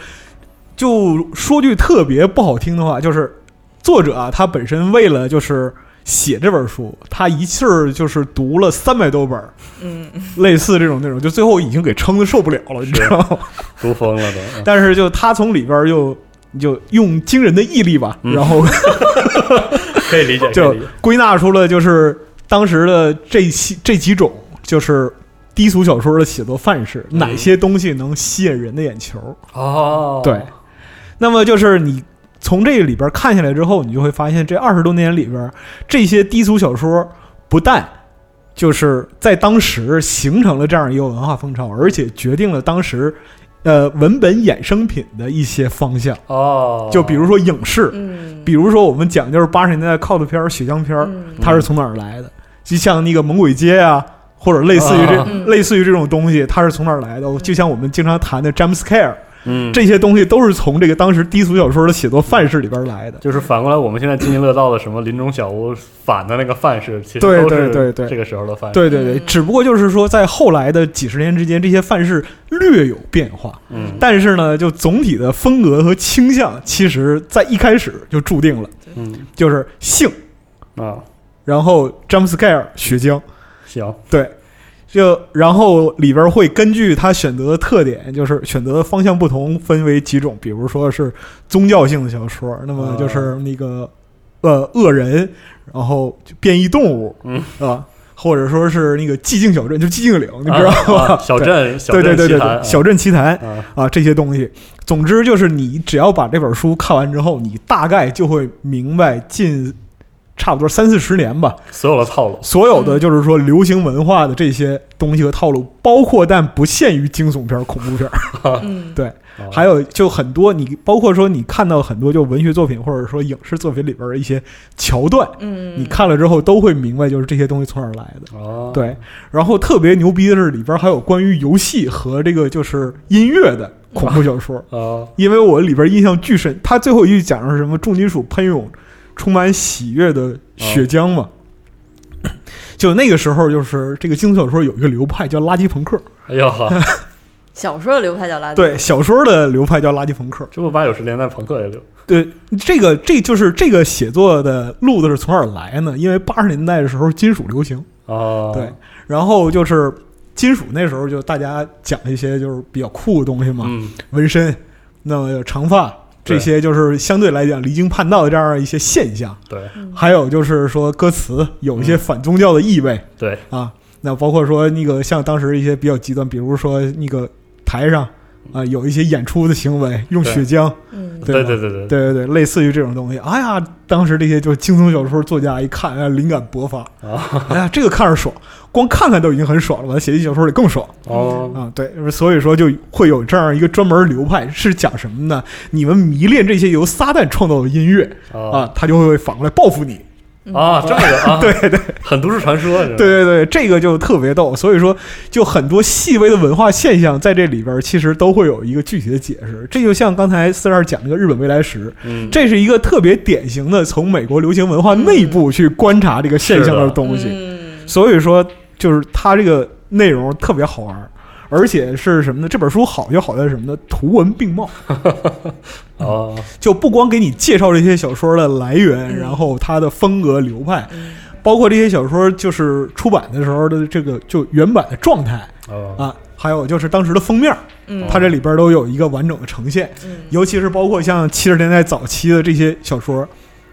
[SPEAKER 2] 就说句特别不好听的话，就是作者啊，他本身为了就是写这本书，他一气儿就是读了三百多本儿
[SPEAKER 3] 嗯，
[SPEAKER 2] 类似这种内容，就最后已经给撑的受不了了，你知道吗？
[SPEAKER 1] 读疯了都。嗯
[SPEAKER 2] 但是就他从里边儿又就用惊人的毅力吧，
[SPEAKER 1] 嗯
[SPEAKER 2] 然后
[SPEAKER 1] 可以理解，
[SPEAKER 2] 就
[SPEAKER 1] 可以理解
[SPEAKER 2] 归纳出了就是当时的这些这几种就是低俗小说的写作范式，
[SPEAKER 1] 嗯
[SPEAKER 2] 哪些东西能吸引人的眼球？
[SPEAKER 1] 哦，
[SPEAKER 2] 对，那么就是你从这里边看下来之后，你就会发现这二十多年里边，这些低俗小说不但就是在当时形成了这样一个文化风潮，而且决定了当时呃文本衍生品的一些方向，
[SPEAKER 1] 哦，
[SPEAKER 2] 就比如说影视，
[SPEAKER 3] 嗯，
[SPEAKER 2] 比如说我们讲就是八十年代的 cult 片儿、血浆片儿，
[SPEAKER 3] 嗯
[SPEAKER 2] 它是从哪儿来的？就像那个猛鬼街啊，或者类似于这、
[SPEAKER 1] 啊
[SPEAKER 3] 嗯
[SPEAKER 2] 类似于这种东西，它是从哪儿来的？就像我们经常谈的 jump scare，
[SPEAKER 1] 嗯，
[SPEAKER 2] 这些东西都是从这个当时低俗小说的写作范式里边来的。
[SPEAKER 1] 就是反过来，我们现在津津乐道的什么林中小屋反的那个范式，其实
[SPEAKER 2] 对
[SPEAKER 1] 都是
[SPEAKER 2] 对对对
[SPEAKER 1] 这个时候的范式。
[SPEAKER 2] 对对对，
[SPEAKER 3] 嗯
[SPEAKER 2] 只不过就是说，在后来的几十年之间，这些范式略有变化，
[SPEAKER 1] 嗯，
[SPEAKER 2] 但是呢，就总体的风格和倾向，其实在一开始就注定了，
[SPEAKER 1] 嗯
[SPEAKER 2] 就是性，
[SPEAKER 1] 啊，
[SPEAKER 2] 然后 jump scare 血浆，
[SPEAKER 1] 行，
[SPEAKER 2] 对，就然后里边会根据他选择的特点，就是选择的方向不同，分为几种，比如说是宗教性的小说，那么
[SPEAKER 1] 啊
[SPEAKER 2] 就是那个、呃恶人，然后就变异动物，
[SPEAKER 1] 嗯
[SPEAKER 2] 啊，或者说是那个寂静小镇，就寂静岭，你知道吗？
[SPEAKER 1] 啊啊小镇，小
[SPEAKER 2] 对对
[SPEAKER 1] 镇
[SPEAKER 2] 对
[SPEAKER 1] 奇
[SPEAKER 2] 对
[SPEAKER 1] 谈
[SPEAKER 2] 对，，小镇奇谈
[SPEAKER 1] 啊
[SPEAKER 2] 啊，这些东西。总之就是，你只要把这本书看完之后，你大概就会明白近差不多三四十年吧，
[SPEAKER 1] 所有的套路，
[SPEAKER 2] 所有的就是说流行文化的这些东西和套路，包括但不限于惊悚片儿、恐怖片儿，
[SPEAKER 3] 嗯
[SPEAKER 2] 对
[SPEAKER 1] 哦
[SPEAKER 2] 还有就很多你包括说你看到很多就文学作品或者说影视作品里边儿的一些桥段，
[SPEAKER 3] 嗯，
[SPEAKER 2] 你看了之后都会明白就是这些东西从哪儿来的。
[SPEAKER 1] 哦，
[SPEAKER 2] 对，然后特别牛逼的是里边儿还有关于游戏和这个就是音乐的恐怖小说，
[SPEAKER 1] 哦，
[SPEAKER 2] 因为我里边印象巨深，他最后一句讲的是什么重金属喷涌，充满喜悦的血浆嘛。 就那个时候，就是这个惊悚小说有一个流派叫垃圾朋克，
[SPEAKER 1] 哎呦呵，
[SPEAKER 3] 小说的流派叫垃圾，
[SPEAKER 2] 对，小说的流派叫垃圾朋克。
[SPEAKER 1] 这不把九十年代朋克也留？
[SPEAKER 2] 对，这个这就是这个写作的路子是从哪儿来呢？因为八十年代的时候金属流行，
[SPEAKER 1] 哦，
[SPEAKER 2] 对，然后就是金属那时候就大家讲一些就是比较酷的东西嘛，
[SPEAKER 1] 嗯，
[SPEAKER 2] 纹身，那么长发这
[SPEAKER 1] 对
[SPEAKER 2] 些就是相对来讲离经叛道的这样一些现象。
[SPEAKER 1] 对
[SPEAKER 3] 嗯
[SPEAKER 2] 还有就是说歌词有一些反宗教的意味、
[SPEAKER 1] 嗯对，
[SPEAKER 2] 啊，那包括说那个像当时一些比较极端，比如说那个台上啊有一些演出的行为，
[SPEAKER 1] 嗯
[SPEAKER 2] 用
[SPEAKER 1] 对
[SPEAKER 2] 血浆，
[SPEAKER 3] 嗯
[SPEAKER 1] 对
[SPEAKER 2] 对吧
[SPEAKER 1] 对对对，
[SPEAKER 2] 对对对，类似于这种东西。哎呀，当时这些就是惊悚小说作家一看，哎呀，灵感勃发，
[SPEAKER 1] 啊，
[SPEAKER 2] 哎呀，这个看着爽，光看看都已经很爽了，把它写进小说里更爽。
[SPEAKER 1] 哦，
[SPEAKER 2] 啊，对，所以说就会有这样一个专门流派，是讲什么呢？你们迷恋这些由撒旦创造的音乐
[SPEAKER 1] 啊
[SPEAKER 2] 啊，他就会反过来报复你。
[SPEAKER 1] 啊，这个啊，
[SPEAKER 2] 对对
[SPEAKER 1] 很都市传说，这个，
[SPEAKER 2] 对对对，这个就特别逗。所以说，就很多细微的文化现象在这里边儿其实都会有一个具体的解释。这就像刚才四十二讲那个日本未来史，
[SPEAKER 1] 嗯，
[SPEAKER 2] 这是一个特别典型的从美国流行文化内部去观察这个现象的东西。
[SPEAKER 3] 嗯
[SPEAKER 2] 所以说，就是它这个内容特别好玩儿，而且是什么呢？这本书好就好在什么呢？图文并茂，
[SPEAKER 1] 哦，
[SPEAKER 2] 就不光给你介绍这些小说的来源，
[SPEAKER 3] 嗯
[SPEAKER 2] 然后它的风格流派，
[SPEAKER 3] 嗯
[SPEAKER 2] 包括这些小说就是出版的时候的这个就原版的状态
[SPEAKER 1] 哦，
[SPEAKER 2] 啊，还有就是当时的封面儿，
[SPEAKER 3] 嗯，
[SPEAKER 2] 它这里边都有一个完整的呈现。
[SPEAKER 3] 嗯
[SPEAKER 2] 尤其是包括像七十年代早期的这些小说，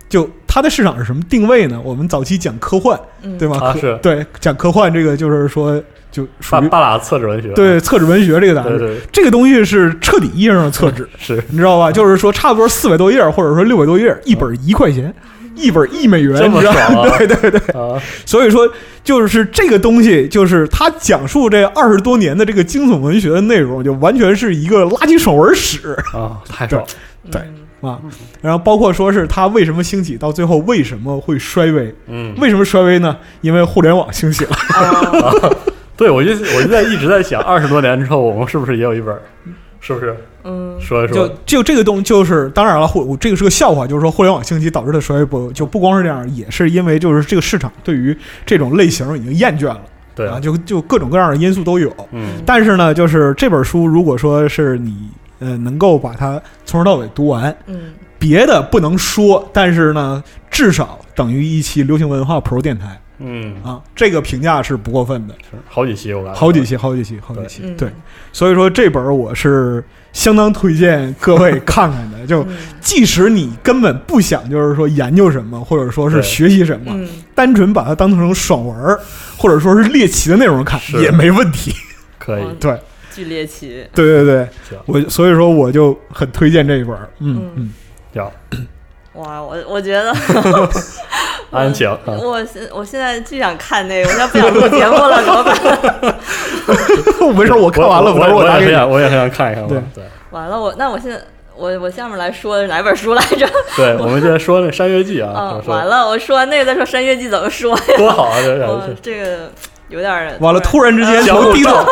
[SPEAKER 2] 就它的市场是什么定位呢？我们早期讲科幻，
[SPEAKER 3] 嗯
[SPEAKER 2] 对吗？
[SPEAKER 1] 啊
[SPEAKER 2] 科
[SPEAKER 1] 是
[SPEAKER 2] 对，讲科幻这个就是说就属
[SPEAKER 1] 大
[SPEAKER 2] 于
[SPEAKER 1] 大喇厕纸文学，啊
[SPEAKER 2] 对厕纸文学这个杂
[SPEAKER 1] 对
[SPEAKER 2] 志，
[SPEAKER 1] 对
[SPEAKER 2] 这个东西是彻底意义上的厕纸，
[SPEAKER 1] 是，
[SPEAKER 2] 你知道吧？就是说差不多四百多页儿，或者说六百多页儿，一本一块钱。一本一美元，
[SPEAKER 1] 这
[SPEAKER 2] 你
[SPEAKER 1] 么
[SPEAKER 2] 知道
[SPEAKER 1] 爽
[SPEAKER 2] 吗？
[SPEAKER 1] 啊
[SPEAKER 2] 对对对，
[SPEAKER 1] 啊，
[SPEAKER 2] 所以说就是这个东西，就是它讲述这二十多年的这个惊悚文学的内容，就完全是一个垃圾爽文史。
[SPEAKER 1] 啊，太爽了！
[SPEAKER 2] 对
[SPEAKER 3] 嗯
[SPEAKER 2] 啊，然后包括说是它为什么兴起，到最后为什么会衰微？
[SPEAKER 1] 嗯，
[SPEAKER 2] 为什么衰微呢？因为互联网兴起了。
[SPEAKER 3] 哦
[SPEAKER 1] 对我就我就在一直在想，二十多年之后我们是不是也有一本是不是？
[SPEAKER 3] 嗯，
[SPEAKER 1] 说一
[SPEAKER 2] 就
[SPEAKER 1] 说，
[SPEAKER 2] 就这个东就是，当然了，互我这个是个笑话，就是说互联网兴起导致的衰落，就不光是这样，也是因为就是这个市场对于这种类型已经厌倦了，
[SPEAKER 1] 对
[SPEAKER 2] 啊，，就就各种各样的因素都有。
[SPEAKER 1] 嗯
[SPEAKER 2] 但是呢，就是这本书，如果说是你呃能够把它从头到尾读完，
[SPEAKER 3] 嗯
[SPEAKER 2] 别的不能说，但是呢，至少等于一期流行文化 Pro 电台
[SPEAKER 1] 嗯，
[SPEAKER 2] 啊，这个评价是不过分的，
[SPEAKER 1] 是好几期我感觉
[SPEAKER 2] 好几，期，好几期，好几期，
[SPEAKER 3] 嗯，
[SPEAKER 2] 对。所以说这本儿我是相当推荐各位看看的，就
[SPEAKER 3] 嗯
[SPEAKER 2] 即使你根本不想就是说研究什么，或者说是
[SPEAKER 1] 对
[SPEAKER 2] 学习什么，
[SPEAKER 3] 嗯，
[SPEAKER 2] 单纯把它当成爽文儿，或者说是猎奇的内容看
[SPEAKER 1] 是
[SPEAKER 2] 也没问题。
[SPEAKER 1] 可以
[SPEAKER 3] 嗯
[SPEAKER 2] 对
[SPEAKER 3] 巨猎奇，
[SPEAKER 2] 对对对
[SPEAKER 1] 行，
[SPEAKER 2] 我所以说我就很推荐这一本儿。嗯
[SPEAKER 3] 嗯
[SPEAKER 2] 嗯，
[SPEAKER 1] 行，
[SPEAKER 3] 哇，我我觉得
[SPEAKER 1] 安 请
[SPEAKER 2] 嗯
[SPEAKER 1] 啊，
[SPEAKER 3] 我现我现在巨想看那个，我现在不想录节目了，怎么办？
[SPEAKER 2] 嗯 没事儿，我看完了，
[SPEAKER 1] 我
[SPEAKER 2] 等会儿
[SPEAKER 1] 我
[SPEAKER 2] 我
[SPEAKER 1] 也
[SPEAKER 2] 打
[SPEAKER 1] 很
[SPEAKER 2] 给你。
[SPEAKER 1] 想，我也很想看一看，
[SPEAKER 2] 对
[SPEAKER 1] 对。
[SPEAKER 3] 完了，我那我现在我我下面来说的是哪本书来着？
[SPEAKER 1] 对，我们现在说那《山月记》 啊，
[SPEAKER 3] 啊，
[SPEAKER 1] 说
[SPEAKER 3] 完了，我说完那个再说《山月记》怎么说？
[SPEAKER 1] 多好啊！这
[SPEAKER 3] 哦
[SPEAKER 1] 这
[SPEAKER 3] 这个有点儿
[SPEAKER 2] 完了，突然 之间
[SPEAKER 1] 相互
[SPEAKER 2] 从低俗
[SPEAKER 1] 照，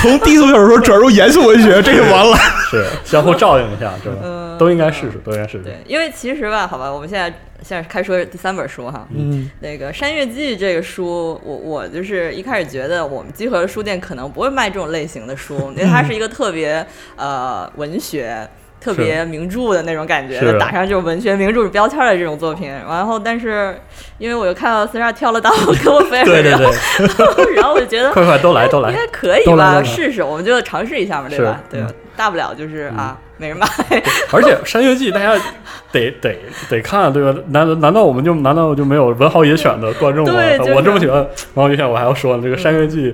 [SPEAKER 2] 从低俗小说转入严肃文学，这就完了。
[SPEAKER 1] 是相互照应一下，是吧？
[SPEAKER 3] 嗯
[SPEAKER 1] 都应该试试，都应该试试。
[SPEAKER 3] 对，因为其实吧，好吧，我们现在现在开说第三本书哈，
[SPEAKER 2] 嗯
[SPEAKER 3] 那个《山月记》这个书，我我就是一开始觉得我们集合的书店可能不会卖这种类型的书，因为它是一个特别呃文学。特别名著的那种感觉
[SPEAKER 1] 是，
[SPEAKER 3] 打上这种文学名著标签的这种作品，然后但是因为我又看到四十二跳了档，我跟我菲尔，
[SPEAKER 1] 对对对，
[SPEAKER 3] 然后我就觉得
[SPEAKER 1] 快快都来 都
[SPEAKER 3] 应
[SPEAKER 1] 来，
[SPEAKER 3] 该可以
[SPEAKER 1] 都来
[SPEAKER 3] 吧，
[SPEAKER 1] 都来
[SPEAKER 3] 试试，我们就尝试一下嘛，对吧？
[SPEAKER 1] 是嗯
[SPEAKER 3] 对吧，大不了就是啊，没人买，
[SPEAKER 1] 而且《山月记》大家得得得看，对吧？难难道我们就难道就没有文豪野犬的观众吗
[SPEAKER 3] 对？就是
[SPEAKER 1] 我这么喜欢文豪野犬，我还要说呢，这个《山月记》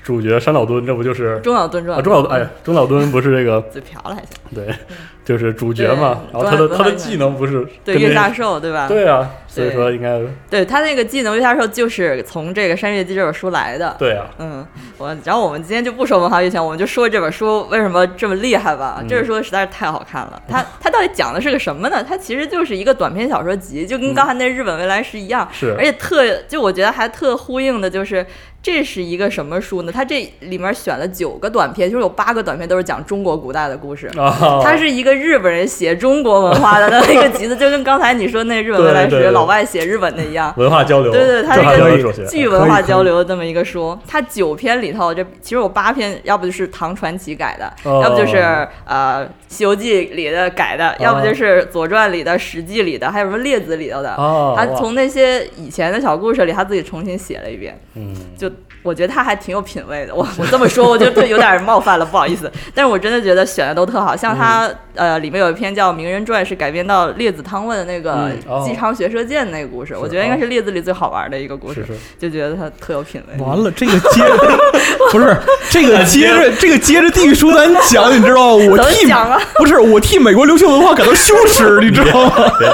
[SPEAKER 1] 主角山岛敦，这不就是
[SPEAKER 3] 中岛敦中
[SPEAKER 1] 啊？中岛哎，中岛敦不是这个
[SPEAKER 3] 嘴瓢了还行，
[SPEAKER 1] 对，就是主角嘛。然
[SPEAKER 3] 对
[SPEAKER 1] 后他的
[SPEAKER 3] 中岛敦
[SPEAKER 1] 他的技能不是
[SPEAKER 3] 对
[SPEAKER 1] 跟那
[SPEAKER 3] 月下兽对吧？
[SPEAKER 1] 对啊，所以
[SPEAKER 3] 对
[SPEAKER 1] 说应该
[SPEAKER 3] 对他那个技能月下兽就是从这个《山月记》这本书来的，
[SPEAKER 1] 对啊，
[SPEAKER 3] 嗯，我然后我们今天就不说文豪越权，我们就说这本书为什么这么厉害吧。
[SPEAKER 1] 嗯
[SPEAKER 3] 这本书实在是太好看了。它它到底讲的是个什么呢？它其实就是一个短篇小说集，就跟刚才那日本未来是一样。
[SPEAKER 1] 嗯是
[SPEAKER 3] 而且特就我觉得还特呼应的就是这是一个什么书呢？它这里面选了九个短篇，就是有八个短篇都是讲中国古代的故事。
[SPEAKER 1] 啊，
[SPEAKER 3] 它是一个日本人写中国文化的那么一个集子，就跟刚才你说那日本未来
[SPEAKER 1] 对对
[SPEAKER 3] 是
[SPEAKER 1] 对
[SPEAKER 3] 老外写日本的一样。
[SPEAKER 1] 文化交流，
[SPEAKER 3] 对对，它
[SPEAKER 1] 文化
[SPEAKER 3] 这
[SPEAKER 1] 交
[SPEAKER 3] 个
[SPEAKER 1] 流首先
[SPEAKER 3] 剧文化交流的这么一个书，它九篇里头，这其实有八篇，要不就是唐传奇改的，
[SPEAKER 1] 哦
[SPEAKER 3] 要不就是呃《西游记》里的改的，要不就是《左传》里的、《史记》里的，还有什么《列子》里头的。
[SPEAKER 1] 哦，
[SPEAKER 3] 他
[SPEAKER 1] 哇
[SPEAKER 3] 从那些以前的小故事里，他自己重新写了一遍。
[SPEAKER 1] 嗯
[SPEAKER 3] 就我觉得他还挺有品位的。我我这么说，我就 对有点冒犯了，不好意思。但是我真的觉得选的都特好，
[SPEAKER 1] 嗯
[SPEAKER 3] 像他、呃里面有一篇叫《名人传》，是改编到《列子汤问》的那个
[SPEAKER 1] 嗯哦
[SPEAKER 3] 姬昌学射箭那个故事，我觉得应该是列子里最好玩的一个故事，
[SPEAKER 1] 是是
[SPEAKER 3] 就觉得他特有品位。
[SPEAKER 2] 完了，这个接 不是这个接着这个接着地狱书单讲，你知道我
[SPEAKER 3] 怎么
[SPEAKER 2] 替
[SPEAKER 3] 讲啊？
[SPEAKER 2] 不是我替美国流行文化感到羞耻，你知道 吗？
[SPEAKER 1] 对，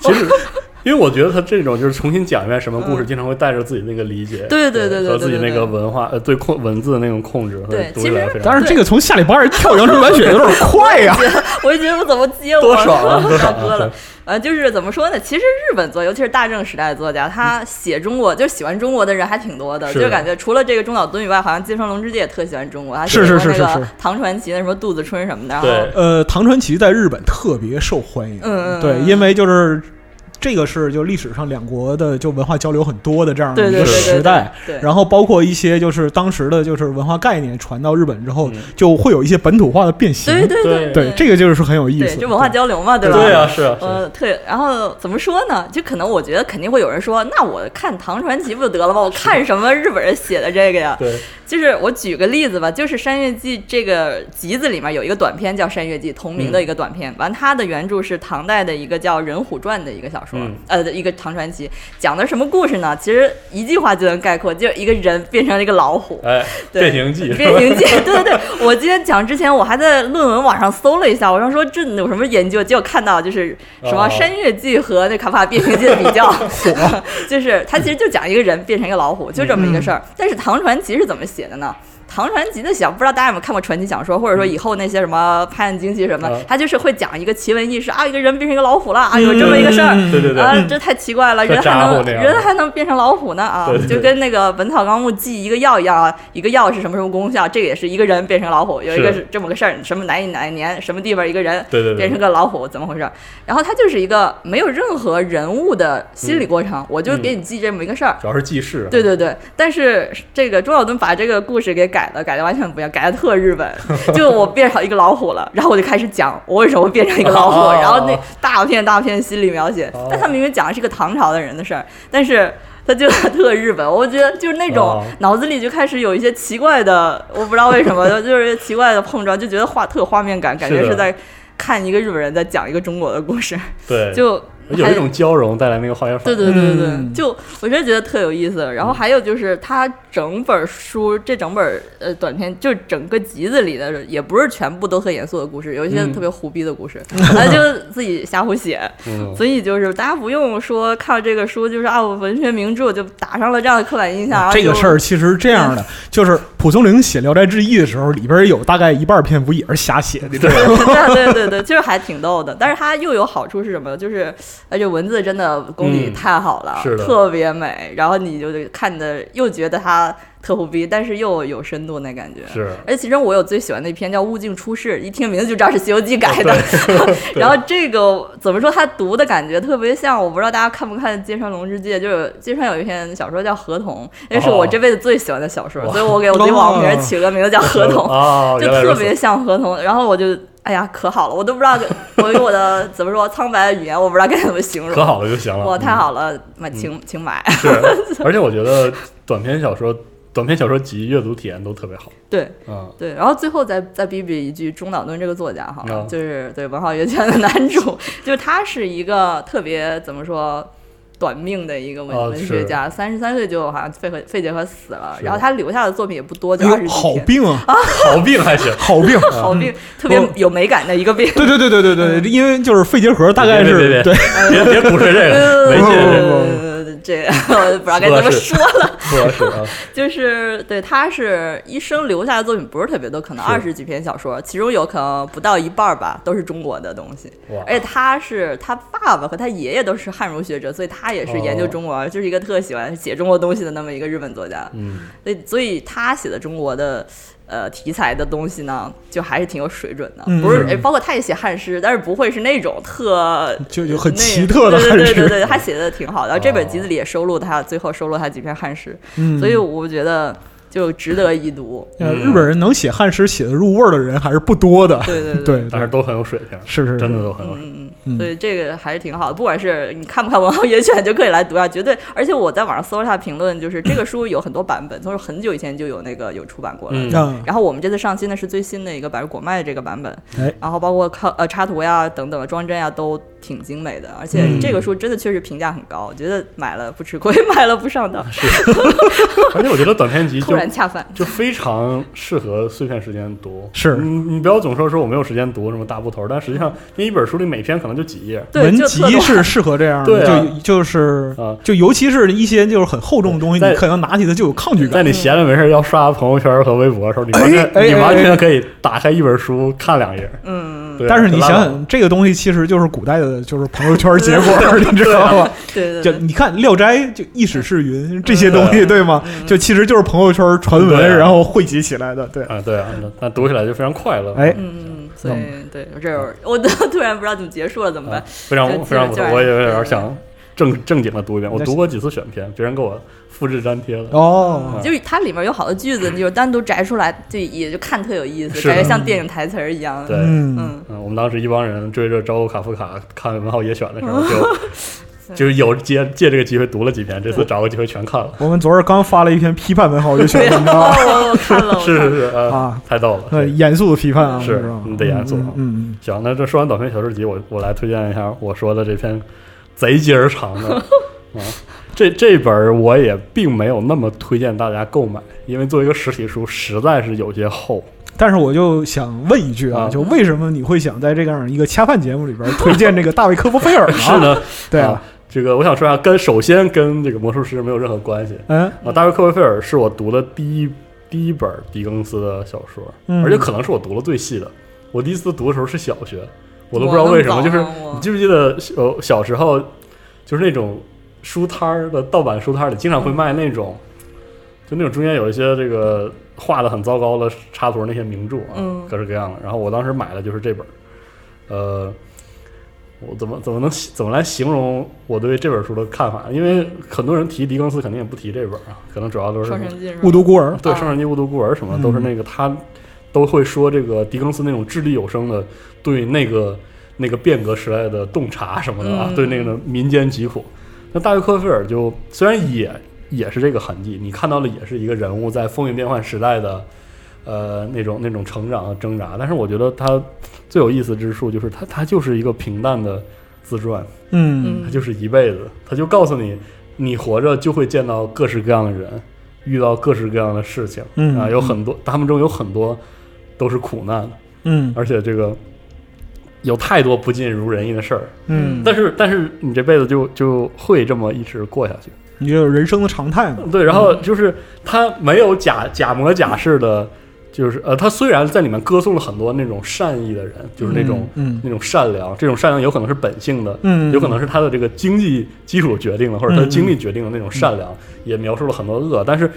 [SPEAKER 1] 其实。因为我觉得他这种就是重新讲一遍什么故事，经常会带着自己那个理解，
[SPEAKER 3] 嗯对对对对对
[SPEAKER 1] 和自己那
[SPEAKER 3] 对对
[SPEAKER 1] 个文化呃对控文字的那种控制，
[SPEAKER 3] 对
[SPEAKER 1] 和读起来非常
[SPEAKER 2] 但是这个从下里巴人跳羊城满雪有点快 呀、
[SPEAKER 3] 我就觉得我怎么接我
[SPEAKER 1] 多爽 啊，多
[SPEAKER 3] 大
[SPEAKER 1] 爽
[SPEAKER 3] 哥
[SPEAKER 1] 啊！
[SPEAKER 3] 了。呃，就是怎么说呢？其实日本作，尤其是大正时代的作家，他写中国，就喜欢中国的人还挺多的。
[SPEAKER 1] 嗯是
[SPEAKER 3] 就感觉除了这个中岛敦以外，好像芥川龙之介也特喜欢中国，他
[SPEAKER 2] 是是
[SPEAKER 3] 写过
[SPEAKER 2] 是是
[SPEAKER 3] 那个
[SPEAKER 2] 是
[SPEAKER 3] 唐传奇的什么杜子春什么的。然后
[SPEAKER 1] 对
[SPEAKER 2] 呃，唐传奇在日本特别受欢迎，
[SPEAKER 3] 嗯嗯
[SPEAKER 2] 对，
[SPEAKER 3] 嗯
[SPEAKER 2] 因为就是这个是就历史上两国的就文化交流很多的这样的
[SPEAKER 3] 对
[SPEAKER 2] 一
[SPEAKER 3] 对
[SPEAKER 2] 个
[SPEAKER 3] 对对
[SPEAKER 2] 时代。
[SPEAKER 3] 对，对
[SPEAKER 2] 然后包括一些就是当时的就是文化概念传到日本之后
[SPEAKER 1] 嗯，
[SPEAKER 2] 就会有一些本土化的变形。
[SPEAKER 3] 对对
[SPEAKER 1] 对
[SPEAKER 2] 对这个就是很有意
[SPEAKER 3] 对，
[SPEAKER 2] 思。
[SPEAKER 3] 就文化交流嘛，吧？
[SPEAKER 1] 对啊，是啊，是啊
[SPEAKER 3] 呃，特然后怎么说呢？就可能我觉得肯定会有人说，那我看唐传奇不就得了吗？我看什么日本人写的这个呀？
[SPEAKER 1] 对，
[SPEAKER 3] 就是我举个例子吧，就是《山月记》这个集子里面有一个短篇叫《山月记》，同名
[SPEAKER 2] 嗯
[SPEAKER 3] 的一个短篇。完、它的原著是唐代的一个叫《人虎传》的一个小说，
[SPEAKER 1] 嗯
[SPEAKER 3] 呃，一个唐传奇，讲的什么故事呢？其实一句话就能概括，就是一个人变成了一个老虎。
[SPEAKER 1] 哎，
[SPEAKER 3] 对
[SPEAKER 1] 变形记，
[SPEAKER 3] 变形记，对对对，我今天讲之前，我还在论文网上搜了一下，我想说这有什么研究，结果看到就是什么
[SPEAKER 1] 哦
[SPEAKER 3] 《山月记》和那《卡帕变形记》的比 较，
[SPEAKER 1] 嗯
[SPEAKER 3] 就是它其实就讲一个人变成一个老虎，就这么一个事儿。但是唐传奇是怎么写的呢？唐传奇的小，不知道大家有没有看过传奇小说，或
[SPEAKER 1] 嗯
[SPEAKER 3] 者说以后那些什么拍案惊奇什么
[SPEAKER 1] 啊，
[SPEAKER 3] 他就是会讲一个奇闻异事啊，一个人变成一个老虎了啊，有这么一个事儿。
[SPEAKER 2] 嗯
[SPEAKER 1] 对对对，
[SPEAKER 3] 啊，这太奇怪了，
[SPEAKER 1] 像
[SPEAKER 3] 人还
[SPEAKER 1] 扎
[SPEAKER 3] 能
[SPEAKER 1] 呼那样
[SPEAKER 3] 人还能变成老虎呢啊！
[SPEAKER 1] 对对对
[SPEAKER 3] 就跟那个《本草纲目》记一个药一样，啊，一个药是什么什么功效，这个也是一个人变成老虎，有一个
[SPEAKER 1] 是
[SPEAKER 3] 是这么个事儿，什么哪一哪一年，什么地方一个人
[SPEAKER 1] 对对对，
[SPEAKER 3] 变成个老虎，怎么回事儿？然后它就是一个没有任何人物的心
[SPEAKER 1] 嗯
[SPEAKER 3] 理过程，我就给你记这么一个事儿。
[SPEAKER 1] 主要是记事啊，
[SPEAKER 3] 对对对，但是这个周小敦把这个故事给改了，改的完全不一样，改的特 日本。就我变成一个老虎了，然后我就开始讲我为什么变成一个老虎，
[SPEAKER 1] 哦
[SPEAKER 3] 然后那大片大片心理描写
[SPEAKER 1] 哦。
[SPEAKER 3] 但他明明讲的是个唐朝的人的事儿，但是他就特日本，我觉得就是那种
[SPEAKER 1] 哦
[SPEAKER 3] 脑子里就开始有一些奇怪的，我不知道为什么，就是奇怪的碰撞，就觉得画特有画面感，感觉
[SPEAKER 1] 是的
[SPEAKER 3] 是在看一个日本人在讲一个中国的故事，
[SPEAKER 1] 对，
[SPEAKER 3] 就
[SPEAKER 1] 有
[SPEAKER 3] 还
[SPEAKER 1] 一种交融带来那个化学反
[SPEAKER 3] 对
[SPEAKER 1] 应，
[SPEAKER 3] 对对对，
[SPEAKER 2] 嗯
[SPEAKER 3] 就我真的觉得特有意思。然后还有就是，它整本书这整本呃短篇，就是整个集子里的，也不是全部都特严肃的故事，有一些
[SPEAKER 1] 嗯
[SPEAKER 3] 特别胡逼的故事，他、就自己瞎 胡写。
[SPEAKER 1] 嗯，
[SPEAKER 3] 所以就是大家不用说看了这个书，就是啊我文学名著就打上了这样的刻板印象。然后
[SPEAKER 2] 这个
[SPEAKER 3] 就嗯
[SPEAKER 2] 事儿其实是这样的，就是蒲松龄写《聊斋志异》的时候，里边有大概一半篇幅也是瞎写的。
[SPEAKER 1] 对，
[SPEAKER 3] 对对对对，就是还挺逗的。但是它又有好处是什么？就是而且文字真的功底
[SPEAKER 1] 嗯
[SPEAKER 3] 太好了，
[SPEAKER 1] 是的
[SPEAKER 3] 特别美。然后你就得看的又觉得它特胡逼，但是又有深度那感觉。
[SPEAKER 1] 是
[SPEAKER 3] 而且其中我有最喜欢的一篇叫《物竞出世》，一听名字就知道是《西游记》
[SPEAKER 1] 哦
[SPEAKER 3] 改的。 然后这个怎么说？他读的感觉特别像，我不知道大家看不看《芥川龙之介》，就是芥川有一篇小说叫《合同》，那是我这辈子最喜欢的小说，
[SPEAKER 1] 哦
[SPEAKER 3] 所以我给我自己网名起了个名字叫《合同》。
[SPEAKER 1] 啊，
[SPEAKER 3] 就
[SPEAKER 1] 原来
[SPEAKER 3] 特
[SPEAKER 1] 如此
[SPEAKER 3] 别像合同。然后我就，哎呀，可好了，我都不知道给，我用我的怎么说苍白的语言，我不知道该怎么形容。
[SPEAKER 1] 可好了就行了，
[SPEAKER 3] 哇，
[SPEAKER 1] 嗯
[SPEAKER 3] 太好了，买请请买。
[SPEAKER 1] 是，而且我觉得短篇小说、短篇小说集阅读体验都特别好，
[SPEAKER 3] 对
[SPEAKER 1] 嗯，
[SPEAKER 3] 对，然后最后再再逼逼一句中岛敦这个作家哈，
[SPEAKER 1] 啊
[SPEAKER 3] 就是对文豪学圈的男主， 就是他是一个特别怎么说。短命的一个文、
[SPEAKER 1] 啊
[SPEAKER 3] 文
[SPEAKER 1] 是
[SPEAKER 3] 学家，三十三岁就好像肺和肺结核死了，
[SPEAKER 1] 是
[SPEAKER 3] 然后他留下的作品也不多，就
[SPEAKER 2] 哎
[SPEAKER 3] 二十
[SPEAKER 2] 呦，
[SPEAKER 3] 几
[SPEAKER 2] 好
[SPEAKER 3] 篇，
[SPEAKER 2] 病啊，，
[SPEAKER 1] 好病还行
[SPEAKER 2] 好 病！啊
[SPEAKER 3] 好病，特别
[SPEAKER 2] 我
[SPEAKER 3] 有美感的一个病。
[SPEAKER 2] 对对对对对对，因为就是肺结核，大概
[SPEAKER 1] 别
[SPEAKER 2] 是
[SPEAKER 1] 别别
[SPEAKER 2] 对，
[SPEAKER 3] 哎
[SPEAKER 1] 别别鼓吹这
[SPEAKER 3] 嗯
[SPEAKER 1] 个， 没劲，这个
[SPEAKER 3] 呃，这个 我不知道该怎么说了。
[SPEAKER 1] 不合适啊，
[SPEAKER 3] 就是对，他是一生留下的作品不是特别多，可能
[SPEAKER 1] 是
[SPEAKER 3] 二十几篇小说，其中有可能不到一半儿吧，都是中国的东西。
[SPEAKER 1] 哇，
[SPEAKER 3] 而且他是他爸爸和他爷爷都是汉儒学者，所以他也是研究
[SPEAKER 1] 哦
[SPEAKER 3] 中国，就是一个特喜欢写中国东西的那么一个日本作家。
[SPEAKER 1] 嗯，
[SPEAKER 3] 所以，所以他写的中国的呃题材的东西呢，就还是挺有水准的，
[SPEAKER 2] 嗯
[SPEAKER 3] 不是
[SPEAKER 1] 是
[SPEAKER 3] 哎包括他也写汉诗，但是不会是那种特
[SPEAKER 2] 就就很
[SPEAKER 3] 那
[SPEAKER 2] 奇特的汉
[SPEAKER 3] 对对对对
[SPEAKER 2] 诗。哦
[SPEAKER 3] 对，他写的挺好的。然后这本集子里也收录他最后收录他几篇汉诗，所以我觉得就值得一读。
[SPEAKER 2] 嗯呃，日本人能写汉诗写的入味儿的人还是不多的。
[SPEAKER 3] 对对对。
[SPEAKER 2] 对，
[SPEAKER 1] 但是都很有水平，
[SPEAKER 2] 是是是
[SPEAKER 1] 真的都很有水平，
[SPEAKER 3] 嗯
[SPEAKER 2] 嗯
[SPEAKER 3] 嗯，所以这个还是挺好的，不管是你看不看文豪野犬，就可以来读啊，绝对。而且我在网上搜了下评论，就是这个书有很多版本，从很久以前就有那个有出版过了。
[SPEAKER 1] 嗯
[SPEAKER 2] 啊，
[SPEAKER 3] 然后我们这次上新的是最新的一个百日果麦这个版本，
[SPEAKER 2] 哎
[SPEAKER 3] 然后包括靠呃插图呀等等的装帧呀都挺精美的，而且这个书真的确实评价很高，我觉得买了不吃亏， 买了不上当，
[SPEAKER 1] 而且我觉得短篇集
[SPEAKER 3] 嗯突
[SPEAKER 1] 就
[SPEAKER 3] 然恰饭。
[SPEAKER 1] 就非常适合碎片时间读，
[SPEAKER 2] 是
[SPEAKER 1] 你你不要总说说我没有时间读什么大部头，但实际上那一本书里每篇可能就几页，
[SPEAKER 3] 对，
[SPEAKER 2] 文
[SPEAKER 3] 就特
[SPEAKER 2] 集
[SPEAKER 3] 短
[SPEAKER 2] 是适合这样的，
[SPEAKER 1] 对啊
[SPEAKER 2] 就就是
[SPEAKER 1] 啊
[SPEAKER 2] 就尤其是一些就是很厚重的东西，
[SPEAKER 1] 在
[SPEAKER 2] 你可能拿起它就有抗拒感。
[SPEAKER 1] 在你闲着没事儿要刷朋友圈和微博的时候，你完全、
[SPEAKER 2] 哎哎
[SPEAKER 1] 你完
[SPEAKER 2] 哎哎
[SPEAKER 1] 全可以打开一本书看两页。
[SPEAKER 3] 嗯，
[SPEAKER 1] 对
[SPEAKER 2] 但是你想，
[SPEAKER 1] 就拉倒
[SPEAKER 2] 想，这个东西其实就是古代的，就是朋友圈结果， 你知道吗？
[SPEAKER 3] 对对
[SPEAKER 2] 就
[SPEAKER 3] 对，
[SPEAKER 2] 你看《聊斋》就一史是云这些东西，对吗？
[SPEAKER 3] 嗯
[SPEAKER 2] 就其实就是朋友圈传
[SPEAKER 1] 对啊
[SPEAKER 2] 闻，然后汇集起来的，对。
[SPEAKER 1] 啊，对啊，那那读起来就非常快乐，
[SPEAKER 2] 哎，
[SPEAKER 3] 嗯，所以对，这是我都突然不知道怎么结束了，怎么
[SPEAKER 1] 啊
[SPEAKER 3] 办？，
[SPEAKER 1] 非常
[SPEAKER 3] 就
[SPEAKER 1] 非常不错
[SPEAKER 3] 就，
[SPEAKER 1] 我也有点想正正经的读一遍。我
[SPEAKER 2] 那
[SPEAKER 1] 读过几次选片，别人给我复制粘贴了。
[SPEAKER 2] 哦，
[SPEAKER 3] 就是它里面有好多句子，你就是单独摘出来，就也就看特有意思，
[SPEAKER 1] 是
[SPEAKER 3] 感觉
[SPEAKER 1] 的
[SPEAKER 3] 像电影台词儿一样。
[SPEAKER 1] 对
[SPEAKER 2] 嗯，
[SPEAKER 3] 嗯，
[SPEAKER 1] 嗯，我们当时一帮人追着招卡夫卡看《文豪野犬》的时候，就就有借借这个机会读了几篇，这次找个机会全 看了。
[SPEAKER 2] 我们昨儿刚发了一篇批判文豪文学
[SPEAKER 3] 对，啊
[SPEAKER 2] 的文章
[SPEAKER 3] 我我看了，
[SPEAKER 1] 是
[SPEAKER 3] 我看
[SPEAKER 1] 是
[SPEAKER 3] 了
[SPEAKER 1] 是
[SPEAKER 2] 啊，
[SPEAKER 1] 太逗了。
[SPEAKER 2] 呃，严肃的批判啊，
[SPEAKER 1] 是
[SPEAKER 2] 知道吗
[SPEAKER 1] 你得严肃啊
[SPEAKER 2] 嗯嗯，
[SPEAKER 1] 行，那这说完短篇小说集，我我来推荐一下我说的这篇贼鸡儿长的啊，这这本儿我也并没有那么推荐大家购买，因为作为一个实体书，实在是有些厚。
[SPEAKER 2] 嗯但是我就想问一句啊，
[SPEAKER 1] 啊
[SPEAKER 2] 就为什么你会想在这样一个恰饭节目里边 推荐这个大卫科波菲尔呢？
[SPEAKER 1] 是，呢，
[SPEAKER 2] 对
[SPEAKER 1] 啊
[SPEAKER 2] 啊，
[SPEAKER 1] 这个我想说一下，跟首先跟这个魔术师没有任何关系
[SPEAKER 2] 嗯
[SPEAKER 1] 啊。大卫·科威菲尔是我读的第一第一本狄更斯的小说，
[SPEAKER 2] 嗯
[SPEAKER 1] 而且可能是我读了最细的。我第一次读的时候是小学，我都不知道为什么，
[SPEAKER 3] 哇
[SPEAKER 1] 就是
[SPEAKER 3] 我
[SPEAKER 1] 你记不记得呃小时候就是那种书摊儿的盗版书摊儿里经
[SPEAKER 3] 嗯
[SPEAKER 1] 常会卖那种，就那种中间有一些这个画的很糟糕的插图那些名著啊，
[SPEAKER 3] 嗯
[SPEAKER 1] 各式各样的。然后我当时买的就是这本儿，呃。我怎么怎么能怎么来形容我对这本书的看法？因为很多人提狄更斯，肯定也不提这本儿啊，可能主要都是
[SPEAKER 3] 双城记是吗
[SPEAKER 2] 误读孤儿，
[SPEAKER 1] 对，
[SPEAKER 3] 啊
[SPEAKER 1] 《圣人记》《误读孤儿》什么的都是那个他都会说这个狄更斯那种掷地有声的对那个那个变革时代的洞察什么的啊，
[SPEAKER 3] 嗯
[SPEAKER 1] 对那个民间疾苦。那大卫科菲尔就虽然也也是这个痕迹，你看到的也是一个人物在风云变幻时代的呃那种那种成长和挣扎，但是我觉得他最有意思之处就是他他就是一个平淡的自传，
[SPEAKER 2] 嗯
[SPEAKER 1] 他就是一辈子，他就告诉你，你活着就会见到各式各样的人，遇到各式各样的事情，
[SPEAKER 2] 嗯
[SPEAKER 1] 啊，有很多，他们中有很多都是苦难，
[SPEAKER 2] 嗯
[SPEAKER 1] 而且这个有太多不尽如人意的事儿，
[SPEAKER 2] 嗯，
[SPEAKER 1] 但是但是你这辈子就就会这么一直过下去，
[SPEAKER 2] 你就有人生的常态嘛，
[SPEAKER 1] 对，然后就是他没有假假模假式的。就是呃，他虽然在里面歌颂了很多那种善意的人，就是那种、
[SPEAKER 2] 嗯
[SPEAKER 1] 那种善良，这种善良有可能是本性的，
[SPEAKER 2] 嗯，
[SPEAKER 1] 有可能是他的这个经济基础决定了，或者他的经历决定了那种善
[SPEAKER 2] 嗯
[SPEAKER 1] 良，也描述了很多恶。但是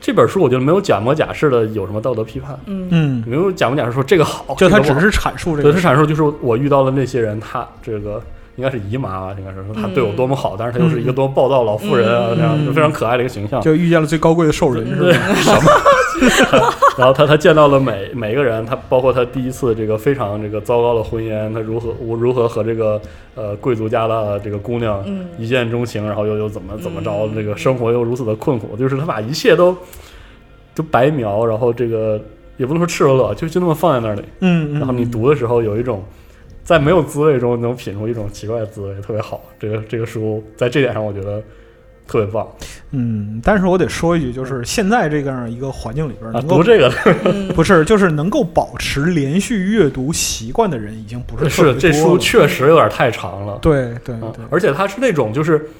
[SPEAKER 1] 这本书我觉得没有假模假式的有什么道德批判，
[SPEAKER 3] 嗯
[SPEAKER 2] 嗯，
[SPEAKER 1] 没有假模假式说这个好，
[SPEAKER 2] 就他
[SPEAKER 1] 这个
[SPEAKER 2] 只
[SPEAKER 1] 不好
[SPEAKER 2] 是阐述这
[SPEAKER 1] 对，
[SPEAKER 2] 个
[SPEAKER 1] 他阐述就是我遇到了那些人，他这个应该是姨妈吧，应该是说他对我多么好，但是他又是一个多么暴躁老妇人啊，
[SPEAKER 3] 嗯
[SPEAKER 1] 这样
[SPEAKER 2] 嗯
[SPEAKER 1] 就非常可爱的一个形象。
[SPEAKER 2] 就遇见了最高贵的兽人是
[SPEAKER 1] 对
[SPEAKER 2] 吧？
[SPEAKER 1] 什么？ 然后他他见到了每每个人，他包括他第一次这个非常这个糟糕的婚姻，他如何我如何和这个呃贵族家的这个姑娘
[SPEAKER 3] 嗯
[SPEAKER 1] 一见钟情，然后又又怎么怎么着，
[SPEAKER 3] 嗯
[SPEAKER 1] 这个生活又如此的困苦，就是他把一切都都白描，然后这个也不能说赤裸裸，就就那么放在那里，
[SPEAKER 2] 嗯，嗯
[SPEAKER 1] 然后你读的时候有一种。在没有滋味中能品出一种奇怪的滋味，特别好。这个这个书在这点上我觉得特别棒
[SPEAKER 2] 嗯，但是我得说一句，就是现在这样一个环境里边，
[SPEAKER 1] 啊！
[SPEAKER 2] 能够
[SPEAKER 1] 读这个
[SPEAKER 3] 嗯
[SPEAKER 2] 不是就是能够保持连续阅读习惯的人已经不是特
[SPEAKER 1] 是这
[SPEAKER 2] 别多
[SPEAKER 1] 书
[SPEAKER 2] 了
[SPEAKER 1] 确实有点太长了，
[SPEAKER 2] 对对
[SPEAKER 1] 嗯
[SPEAKER 2] 对，
[SPEAKER 1] 而且它是那种就是，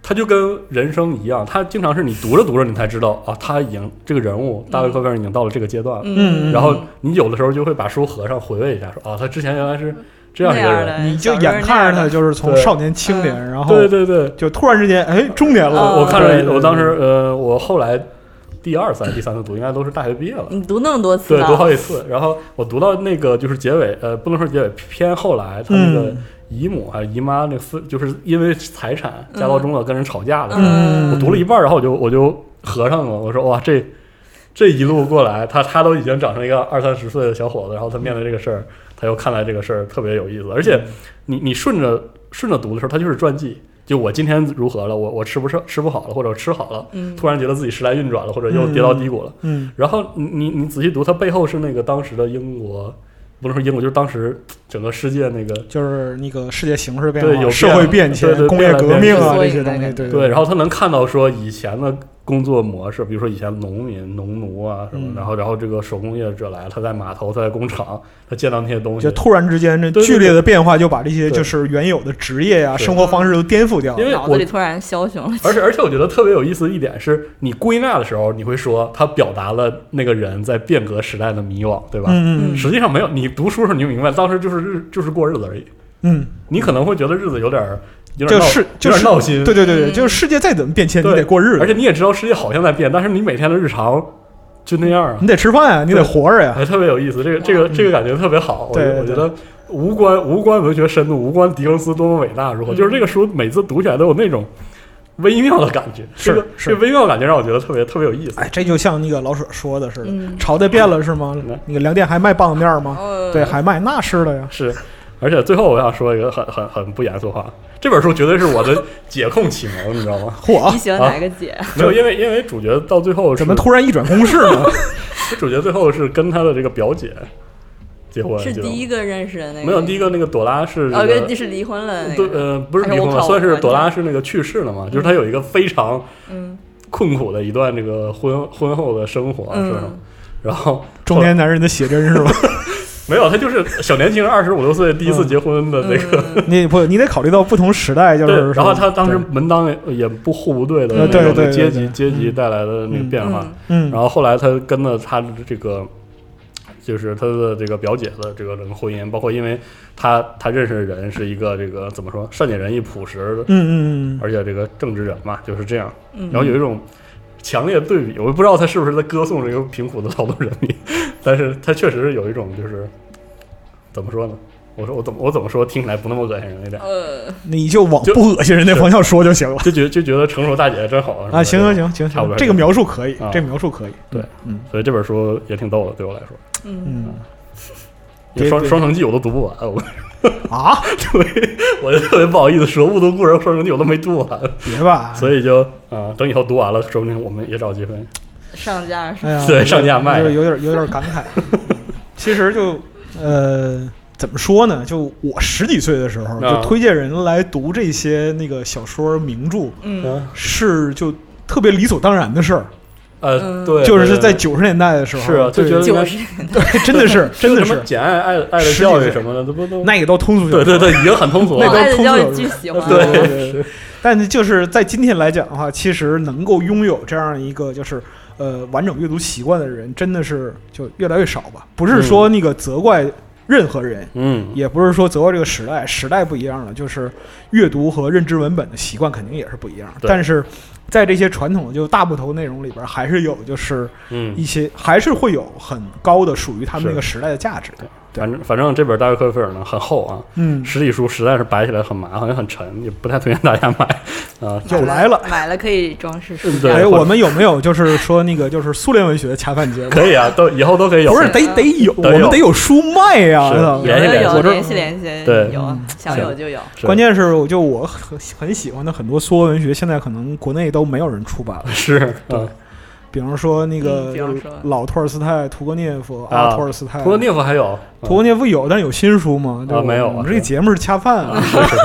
[SPEAKER 1] 它就跟人生一样，它经常是你读着读着你才知道啊，他已经这个人物大卫科菲尔已经到了这个阶段了，
[SPEAKER 2] 嗯
[SPEAKER 1] 然后你有的时候就会把书合上回味一下，说啊，他之前原来是这样一个人，
[SPEAKER 2] 你就眼看着他就是从
[SPEAKER 1] 对
[SPEAKER 2] 少年青年，然后
[SPEAKER 1] 对对对，
[SPEAKER 2] 就突然之间，哎，中年了。
[SPEAKER 3] 哦
[SPEAKER 1] 我看
[SPEAKER 2] 对对
[SPEAKER 1] 着
[SPEAKER 2] 对
[SPEAKER 1] 我当时呃，我后来第二次、第三次读应该都是大学毕业了。
[SPEAKER 3] 你读那么多次
[SPEAKER 1] 对，
[SPEAKER 3] 啊，
[SPEAKER 1] 读好几次，然后我读到那个就是结尾，呃，不能说结尾，偏后来他那个
[SPEAKER 2] 嗯
[SPEAKER 1] 姨母还是姨妈那个分，就是因为财产家道中落跟人吵架了，
[SPEAKER 2] 嗯，
[SPEAKER 1] 我读了一半儿，然后我就我就合上了，我说哇，这这一路过来，他他都已经长成一个二三十岁的小伙子，然后他面对这个事儿，他又看待这个事儿特别有意思，而且你你顺着顺着读的时候，他就是传记。就我今天如何了，我我吃不吃吃不好了，或者吃好了，
[SPEAKER 3] 嗯
[SPEAKER 1] 突然觉得自己时来运转了，或者又跌到低谷了。
[SPEAKER 2] 嗯
[SPEAKER 1] 然后你你你仔细读，它背后是那个当时的英国，不能说英国，就是当时整个世界那个
[SPEAKER 2] 就是那个世界形势变
[SPEAKER 1] 对有
[SPEAKER 2] 化、
[SPEAKER 1] 变
[SPEAKER 2] 社会变
[SPEAKER 1] 对
[SPEAKER 2] 迁、
[SPEAKER 1] 对
[SPEAKER 2] 工业革命啊这
[SPEAKER 3] 变了
[SPEAKER 2] 些东西，
[SPEAKER 3] 变了
[SPEAKER 2] 对
[SPEAKER 1] 对，然后他能看到说以前的工作模式，比如说以前农民、农奴啊什么，
[SPEAKER 2] 嗯
[SPEAKER 1] 然后然后这个手工业者来了，他在码头，他在工厂，他见到那些东西
[SPEAKER 2] 就，突然之间这
[SPEAKER 1] 对对
[SPEAKER 2] 剧烈的变化，就把这些
[SPEAKER 1] 对
[SPEAKER 2] 就是原有的职业啊、
[SPEAKER 1] 对
[SPEAKER 2] 生活方式都颠覆掉
[SPEAKER 1] 因
[SPEAKER 2] 了。嗯
[SPEAKER 1] 为
[SPEAKER 3] 脑
[SPEAKER 1] 我
[SPEAKER 3] 子里突然枭雄了，
[SPEAKER 1] 而且而且我觉得特别有意思的一点是，你归纳的时候，你会说他表达了那个人在变革时代的迷惘，对吧？
[SPEAKER 2] 嗯嗯
[SPEAKER 1] 实际上没有，你读书时候你就明白，当时就是日就是过日子而已。
[SPEAKER 2] 嗯，
[SPEAKER 1] 你可能会觉得日子有点儿有点儿
[SPEAKER 2] 就
[SPEAKER 1] 闹
[SPEAKER 2] 是就
[SPEAKER 1] 有点
[SPEAKER 2] 是
[SPEAKER 1] 儿闹心，
[SPEAKER 2] 对对对对，
[SPEAKER 3] 嗯
[SPEAKER 2] 就是世界再怎么变迁，你
[SPEAKER 1] 对
[SPEAKER 2] 得过日
[SPEAKER 1] 而
[SPEAKER 2] 子，
[SPEAKER 1] 且你也知道世界好像在变，但是你每天的日常就那样啊
[SPEAKER 2] 你，得吃饭啊，你得活着呀。
[SPEAKER 1] 还特别有意思。这个这个这个感觉特别好，我觉得我
[SPEAKER 2] 嗯
[SPEAKER 1] 觉
[SPEAKER 2] 对对
[SPEAKER 1] 得无关无关文学深度，无关狄更斯多么伟大如何，
[SPEAKER 3] 嗯
[SPEAKER 1] 就是这个书每次读起来都有那种微妙的感觉，
[SPEAKER 2] 是
[SPEAKER 1] 这个
[SPEAKER 2] 是
[SPEAKER 1] 这微妙的感觉让我觉得特别特别有意思。
[SPEAKER 2] 哎，这就像那个老舍说的似的，
[SPEAKER 3] 嗯
[SPEAKER 2] 朝代变了是吗
[SPEAKER 1] 嗯？
[SPEAKER 2] 那个粮店还卖棒子面吗？
[SPEAKER 3] 呃
[SPEAKER 2] 对，还卖，那是的呀。
[SPEAKER 1] 是，而且最后我想说一个很很很不严肃的话，这本书绝对是我的解控启蒙，你知道吗？
[SPEAKER 2] 嚯
[SPEAKER 3] 你，喜欢哪个姐？
[SPEAKER 1] 没有，因为因为主角到最后是
[SPEAKER 2] 怎么突然一转公式 呢？
[SPEAKER 1] 主角最后是跟他的这个表姐结婚，
[SPEAKER 3] 是
[SPEAKER 1] 记得
[SPEAKER 3] 第一个认识的那个？
[SPEAKER 1] 吗没有第一个那个朵拉是
[SPEAKER 3] 哦，
[SPEAKER 1] 这个
[SPEAKER 3] 跟是离婚了那
[SPEAKER 1] 对，
[SPEAKER 3] 个，
[SPEAKER 1] 呃，不是
[SPEAKER 3] 还是
[SPEAKER 1] 离婚
[SPEAKER 3] 我
[SPEAKER 1] 了，
[SPEAKER 3] 靠
[SPEAKER 1] 算是
[SPEAKER 3] 我
[SPEAKER 1] 朵拉是那个去世了嘛，就是她有一个非常
[SPEAKER 3] 嗯
[SPEAKER 1] 困苦的一段这个婚婚后的生活，是吧
[SPEAKER 3] 嗯？
[SPEAKER 1] 然后
[SPEAKER 2] 中年男人的写真是吧？
[SPEAKER 1] 没有，他就是小年轻人，二十五六岁第一次结婚的那个。
[SPEAKER 3] 嗯
[SPEAKER 2] 你不，你得考虑到不同时代，就
[SPEAKER 1] 对
[SPEAKER 2] 是，
[SPEAKER 1] 然后
[SPEAKER 2] 说
[SPEAKER 1] 他当时
[SPEAKER 2] 对
[SPEAKER 1] 门当也也不户不对的
[SPEAKER 3] 呃
[SPEAKER 1] 那
[SPEAKER 3] 对
[SPEAKER 1] 种
[SPEAKER 2] 对
[SPEAKER 1] 的阶
[SPEAKER 2] 对对
[SPEAKER 1] 级阶级带来的那个变化，
[SPEAKER 3] 嗯
[SPEAKER 2] 嗯
[SPEAKER 1] 然后后来他跟了他的这个，就是他的这个表姐的这个整个婚姻，包括因为他他认识的人是一个这个怎么说善解人意、朴实的，
[SPEAKER 2] 嗯嗯嗯
[SPEAKER 1] 而且这个正直人嘛，就是这样。
[SPEAKER 3] 嗯，
[SPEAKER 1] 然后有一种强烈的对比，我不知道他是不是在歌颂这个贫苦的劳动人民， 但是他确实是有一种就是怎么说呢？我说我怎么我怎么说听起来不那么恶心人那点儿，
[SPEAKER 3] 呃，
[SPEAKER 2] 嗯，你就往
[SPEAKER 1] 就
[SPEAKER 2] 不恶心人那
[SPEAKER 1] 是
[SPEAKER 2] 方向说就行了
[SPEAKER 1] 就觉就觉得成熟大姐真好什么的
[SPEAKER 2] 啊。行行，行行
[SPEAKER 1] 差不多
[SPEAKER 2] 行，这个描述可以
[SPEAKER 1] 啊，
[SPEAKER 2] 这个描述可以。
[SPEAKER 1] 对，
[SPEAKER 2] 嗯
[SPEAKER 1] 所以这本书也挺逗的，对我来说。
[SPEAKER 3] 嗯，
[SPEAKER 2] 嗯别
[SPEAKER 1] 《双
[SPEAKER 2] 别
[SPEAKER 1] 双城记》我都读不完，我
[SPEAKER 2] 啊，
[SPEAKER 1] 我就特别不好意思说《雾都故人》《双城记》我都没读完，
[SPEAKER 2] 别吧，
[SPEAKER 1] 所以就啊、等以后读完了，说不定我们也找机会。
[SPEAKER 3] 上架是
[SPEAKER 2] 哎呀，
[SPEAKER 1] 对上架卖
[SPEAKER 2] 就是有点有点 感慨。其实就呃，怎么说呢？就我十几岁的时
[SPEAKER 1] 啊
[SPEAKER 2] 候，就推荐人来读这些那个小说名著，
[SPEAKER 3] 嗯
[SPEAKER 2] 啊是就特别理所当然的事儿。
[SPEAKER 1] 呃，
[SPEAKER 3] 嗯
[SPEAKER 1] 对，
[SPEAKER 2] 就是
[SPEAKER 1] 对
[SPEAKER 2] 在
[SPEAKER 1] 对
[SPEAKER 2] 九十年代的时候，
[SPEAKER 1] 是啊就
[SPEAKER 2] 对
[SPEAKER 1] 觉得
[SPEAKER 3] 九十
[SPEAKER 2] 对真的是真的
[SPEAKER 1] 什么
[SPEAKER 2] 是
[SPEAKER 1] 《简爱爱爱的
[SPEAKER 2] 十几
[SPEAKER 1] 教育
[SPEAKER 2] 岁》
[SPEAKER 1] 什么的，这不都
[SPEAKER 2] 那个都通俗小
[SPEAKER 1] 对
[SPEAKER 2] 说。
[SPEAKER 1] 对对，已经很通俗
[SPEAKER 2] 那
[SPEAKER 1] 了
[SPEAKER 2] 个。
[SPEAKER 3] 爱的
[SPEAKER 2] 通
[SPEAKER 3] 教
[SPEAKER 2] 手
[SPEAKER 3] 育巨喜 欢，
[SPEAKER 2] 对
[SPEAKER 1] 对
[SPEAKER 2] 对但就是在今天来讲的话，其实能够拥有这样一个就是呃完整阅读习惯的人，真的是就越来越少吧。不是说那个责怪任何人，
[SPEAKER 1] 嗯，
[SPEAKER 2] 也不是说责怪这个时代，时代不一样了，就是阅读和认知文本的习惯肯定也是不一样。
[SPEAKER 1] 对
[SPEAKER 2] 但是在这些传统的就大部头内容里边，还是有就是
[SPEAKER 1] 嗯，
[SPEAKER 2] 一些还是会有很高的属于他们那个时代的价值的。
[SPEAKER 1] 反正反正这本《大卫科菲尔》呢很厚啊，
[SPEAKER 2] 嗯，
[SPEAKER 1] 实体书实在是摆起来很麻烦，也很沉，也不太推荐大家买啊。
[SPEAKER 2] 又来了。
[SPEAKER 3] 买了可以装饰书
[SPEAKER 1] 对
[SPEAKER 3] 架
[SPEAKER 2] 哎，
[SPEAKER 1] 或者
[SPEAKER 2] 我们有没有就是说那个就是苏联文学的恰饭节目？
[SPEAKER 1] 可以啊，都以后都可以有。
[SPEAKER 2] 不是得
[SPEAKER 3] 啊
[SPEAKER 2] 得有，我
[SPEAKER 1] 得有
[SPEAKER 2] 们得有书卖啊呀、
[SPEAKER 1] 是
[SPEAKER 2] 我操
[SPEAKER 1] 联系
[SPEAKER 3] 有
[SPEAKER 1] 联系
[SPEAKER 3] 有
[SPEAKER 2] 我这
[SPEAKER 3] 联系联系，
[SPEAKER 1] 对
[SPEAKER 3] 有啊
[SPEAKER 2] 嗯
[SPEAKER 3] 想有就有，
[SPEAKER 1] 是
[SPEAKER 2] 关键是，我就我很很喜欢的很多苏俄文学，现在可能国内都没有人出版了。
[SPEAKER 1] 是嗯，
[SPEAKER 2] 比方说那个
[SPEAKER 3] 嗯比方说
[SPEAKER 2] 老托尔斯泰、涅屠格涅夫、
[SPEAKER 1] 啊
[SPEAKER 2] 阿托尔斯泰、
[SPEAKER 1] 图格涅夫还有
[SPEAKER 2] 屠格涅夫有，但是有新书吗？对吧
[SPEAKER 1] 没有啊
[SPEAKER 2] 我们这个节目是恰饭
[SPEAKER 1] 啊，
[SPEAKER 2] 啊，
[SPEAKER 1] 是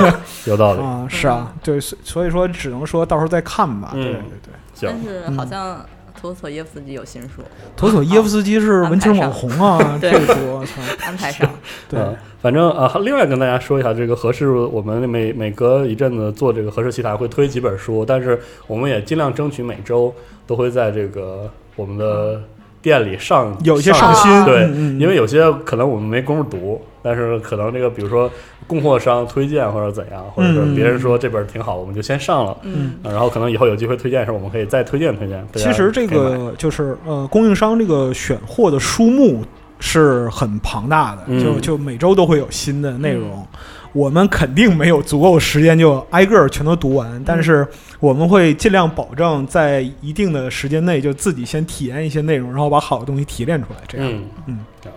[SPEAKER 1] 是有道理。
[SPEAKER 2] 啊是啊，对，所所以说只能说到时候再看吧。
[SPEAKER 1] 嗯
[SPEAKER 2] 对对对，
[SPEAKER 1] 行
[SPEAKER 3] 但，是好像托索耶夫斯基有新书，
[SPEAKER 2] 陀索耶夫斯基是文青网红啊，这
[SPEAKER 3] 对
[SPEAKER 2] 个书我操，
[SPEAKER 3] 安排上，
[SPEAKER 2] 对，
[SPEAKER 1] 嗯，反正啊，另外跟大家说一下，这个合适，我们每每隔一阵子做这个合适奇谈会推几本书，但是我们也尽量争取每周都会在这个我们的店里上
[SPEAKER 2] 嗯有一些
[SPEAKER 1] 上
[SPEAKER 2] 上
[SPEAKER 3] 啊
[SPEAKER 2] 心，
[SPEAKER 1] 对
[SPEAKER 2] 嗯，嗯
[SPEAKER 1] 因为有些可能我们没工夫读，但是可能这个比如说供货商推荐或者怎样，或者
[SPEAKER 2] 嗯
[SPEAKER 1] 是别人说这本儿挺好，我们就先上了。
[SPEAKER 3] 嗯
[SPEAKER 1] 啊然后可能以后有机会推荐的时候，我们可以再推荐推荐。啊
[SPEAKER 2] 其实这
[SPEAKER 1] 大家可以买
[SPEAKER 2] 个就是呃，供应商这个选货的书目是很庞大的，
[SPEAKER 1] 嗯
[SPEAKER 2] 就就每周都会有新的内容。我们肯定没有足够时间就挨个儿全都读完，但是我们会尽量保证在一定的时间内就自己先体验一些内容，然后把好的东西提炼出来。这样，
[SPEAKER 1] 嗯
[SPEAKER 2] 嗯
[SPEAKER 1] 啊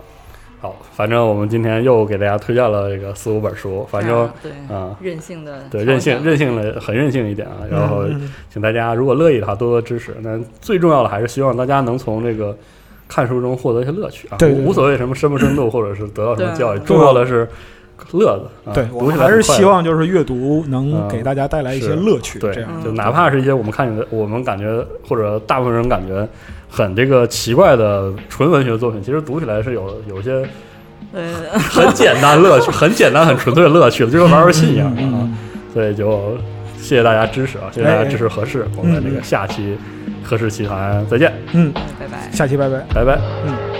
[SPEAKER 1] 好，反正我们今天又给大家推荐了这个四五本书，反正
[SPEAKER 3] 啊对
[SPEAKER 1] 啊。
[SPEAKER 3] 任性的
[SPEAKER 1] 对，
[SPEAKER 3] 调
[SPEAKER 1] 任性
[SPEAKER 3] 整
[SPEAKER 1] 任性的很任性一点啊，然后
[SPEAKER 2] 嗯
[SPEAKER 1] 请大家如果乐意的话多多支持。那最重要的还是希望大家能从这个看书中获得一些乐趣啊，
[SPEAKER 2] 对对对啊
[SPEAKER 1] 无所谓什么深不深 度，或者是得到什么
[SPEAKER 3] 对
[SPEAKER 1] 教育，
[SPEAKER 3] 对
[SPEAKER 1] 重要的是乐子。啊、
[SPEAKER 2] 对我
[SPEAKER 1] 读
[SPEAKER 2] 们
[SPEAKER 1] 起来
[SPEAKER 2] 还是
[SPEAKER 1] 很快乐
[SPEAKER 2] 希望就是阅读能
[SPEAKER 1] 嗯
[SPEAKER 2] 给大家带来一些
[SPEAKER 1] 是
[SPEAKER 2] 乐趣。
[SPEAKER 1] 对
[SPEAKER 2] 这样，，
[SPEAKER 1] 就哪怕是一些我们看起来我们感觉或者大部分人感觉很这个奇怪的纯文学作品，其实读起来是有有些
[SPEAKER 3] 对
[SPEAKER 1] 很简单乐趣，很简单很纯粹的乐趣的，就跟玩游戏一
[SPEAKER 2] 嗯
[SPEAKER 1] 样啊。所以就谢谢大家支持啊，谢谢大家支持合适，我们这个下期合适奇谈再见，
[SPEAKER 2] 嗯，
[SPEAKER 3] 拜拜。
[SPEAKER 2] 下期拜拜。
[SPEAKER 1] 拜拜。
[SPEAKER 2] 嗯。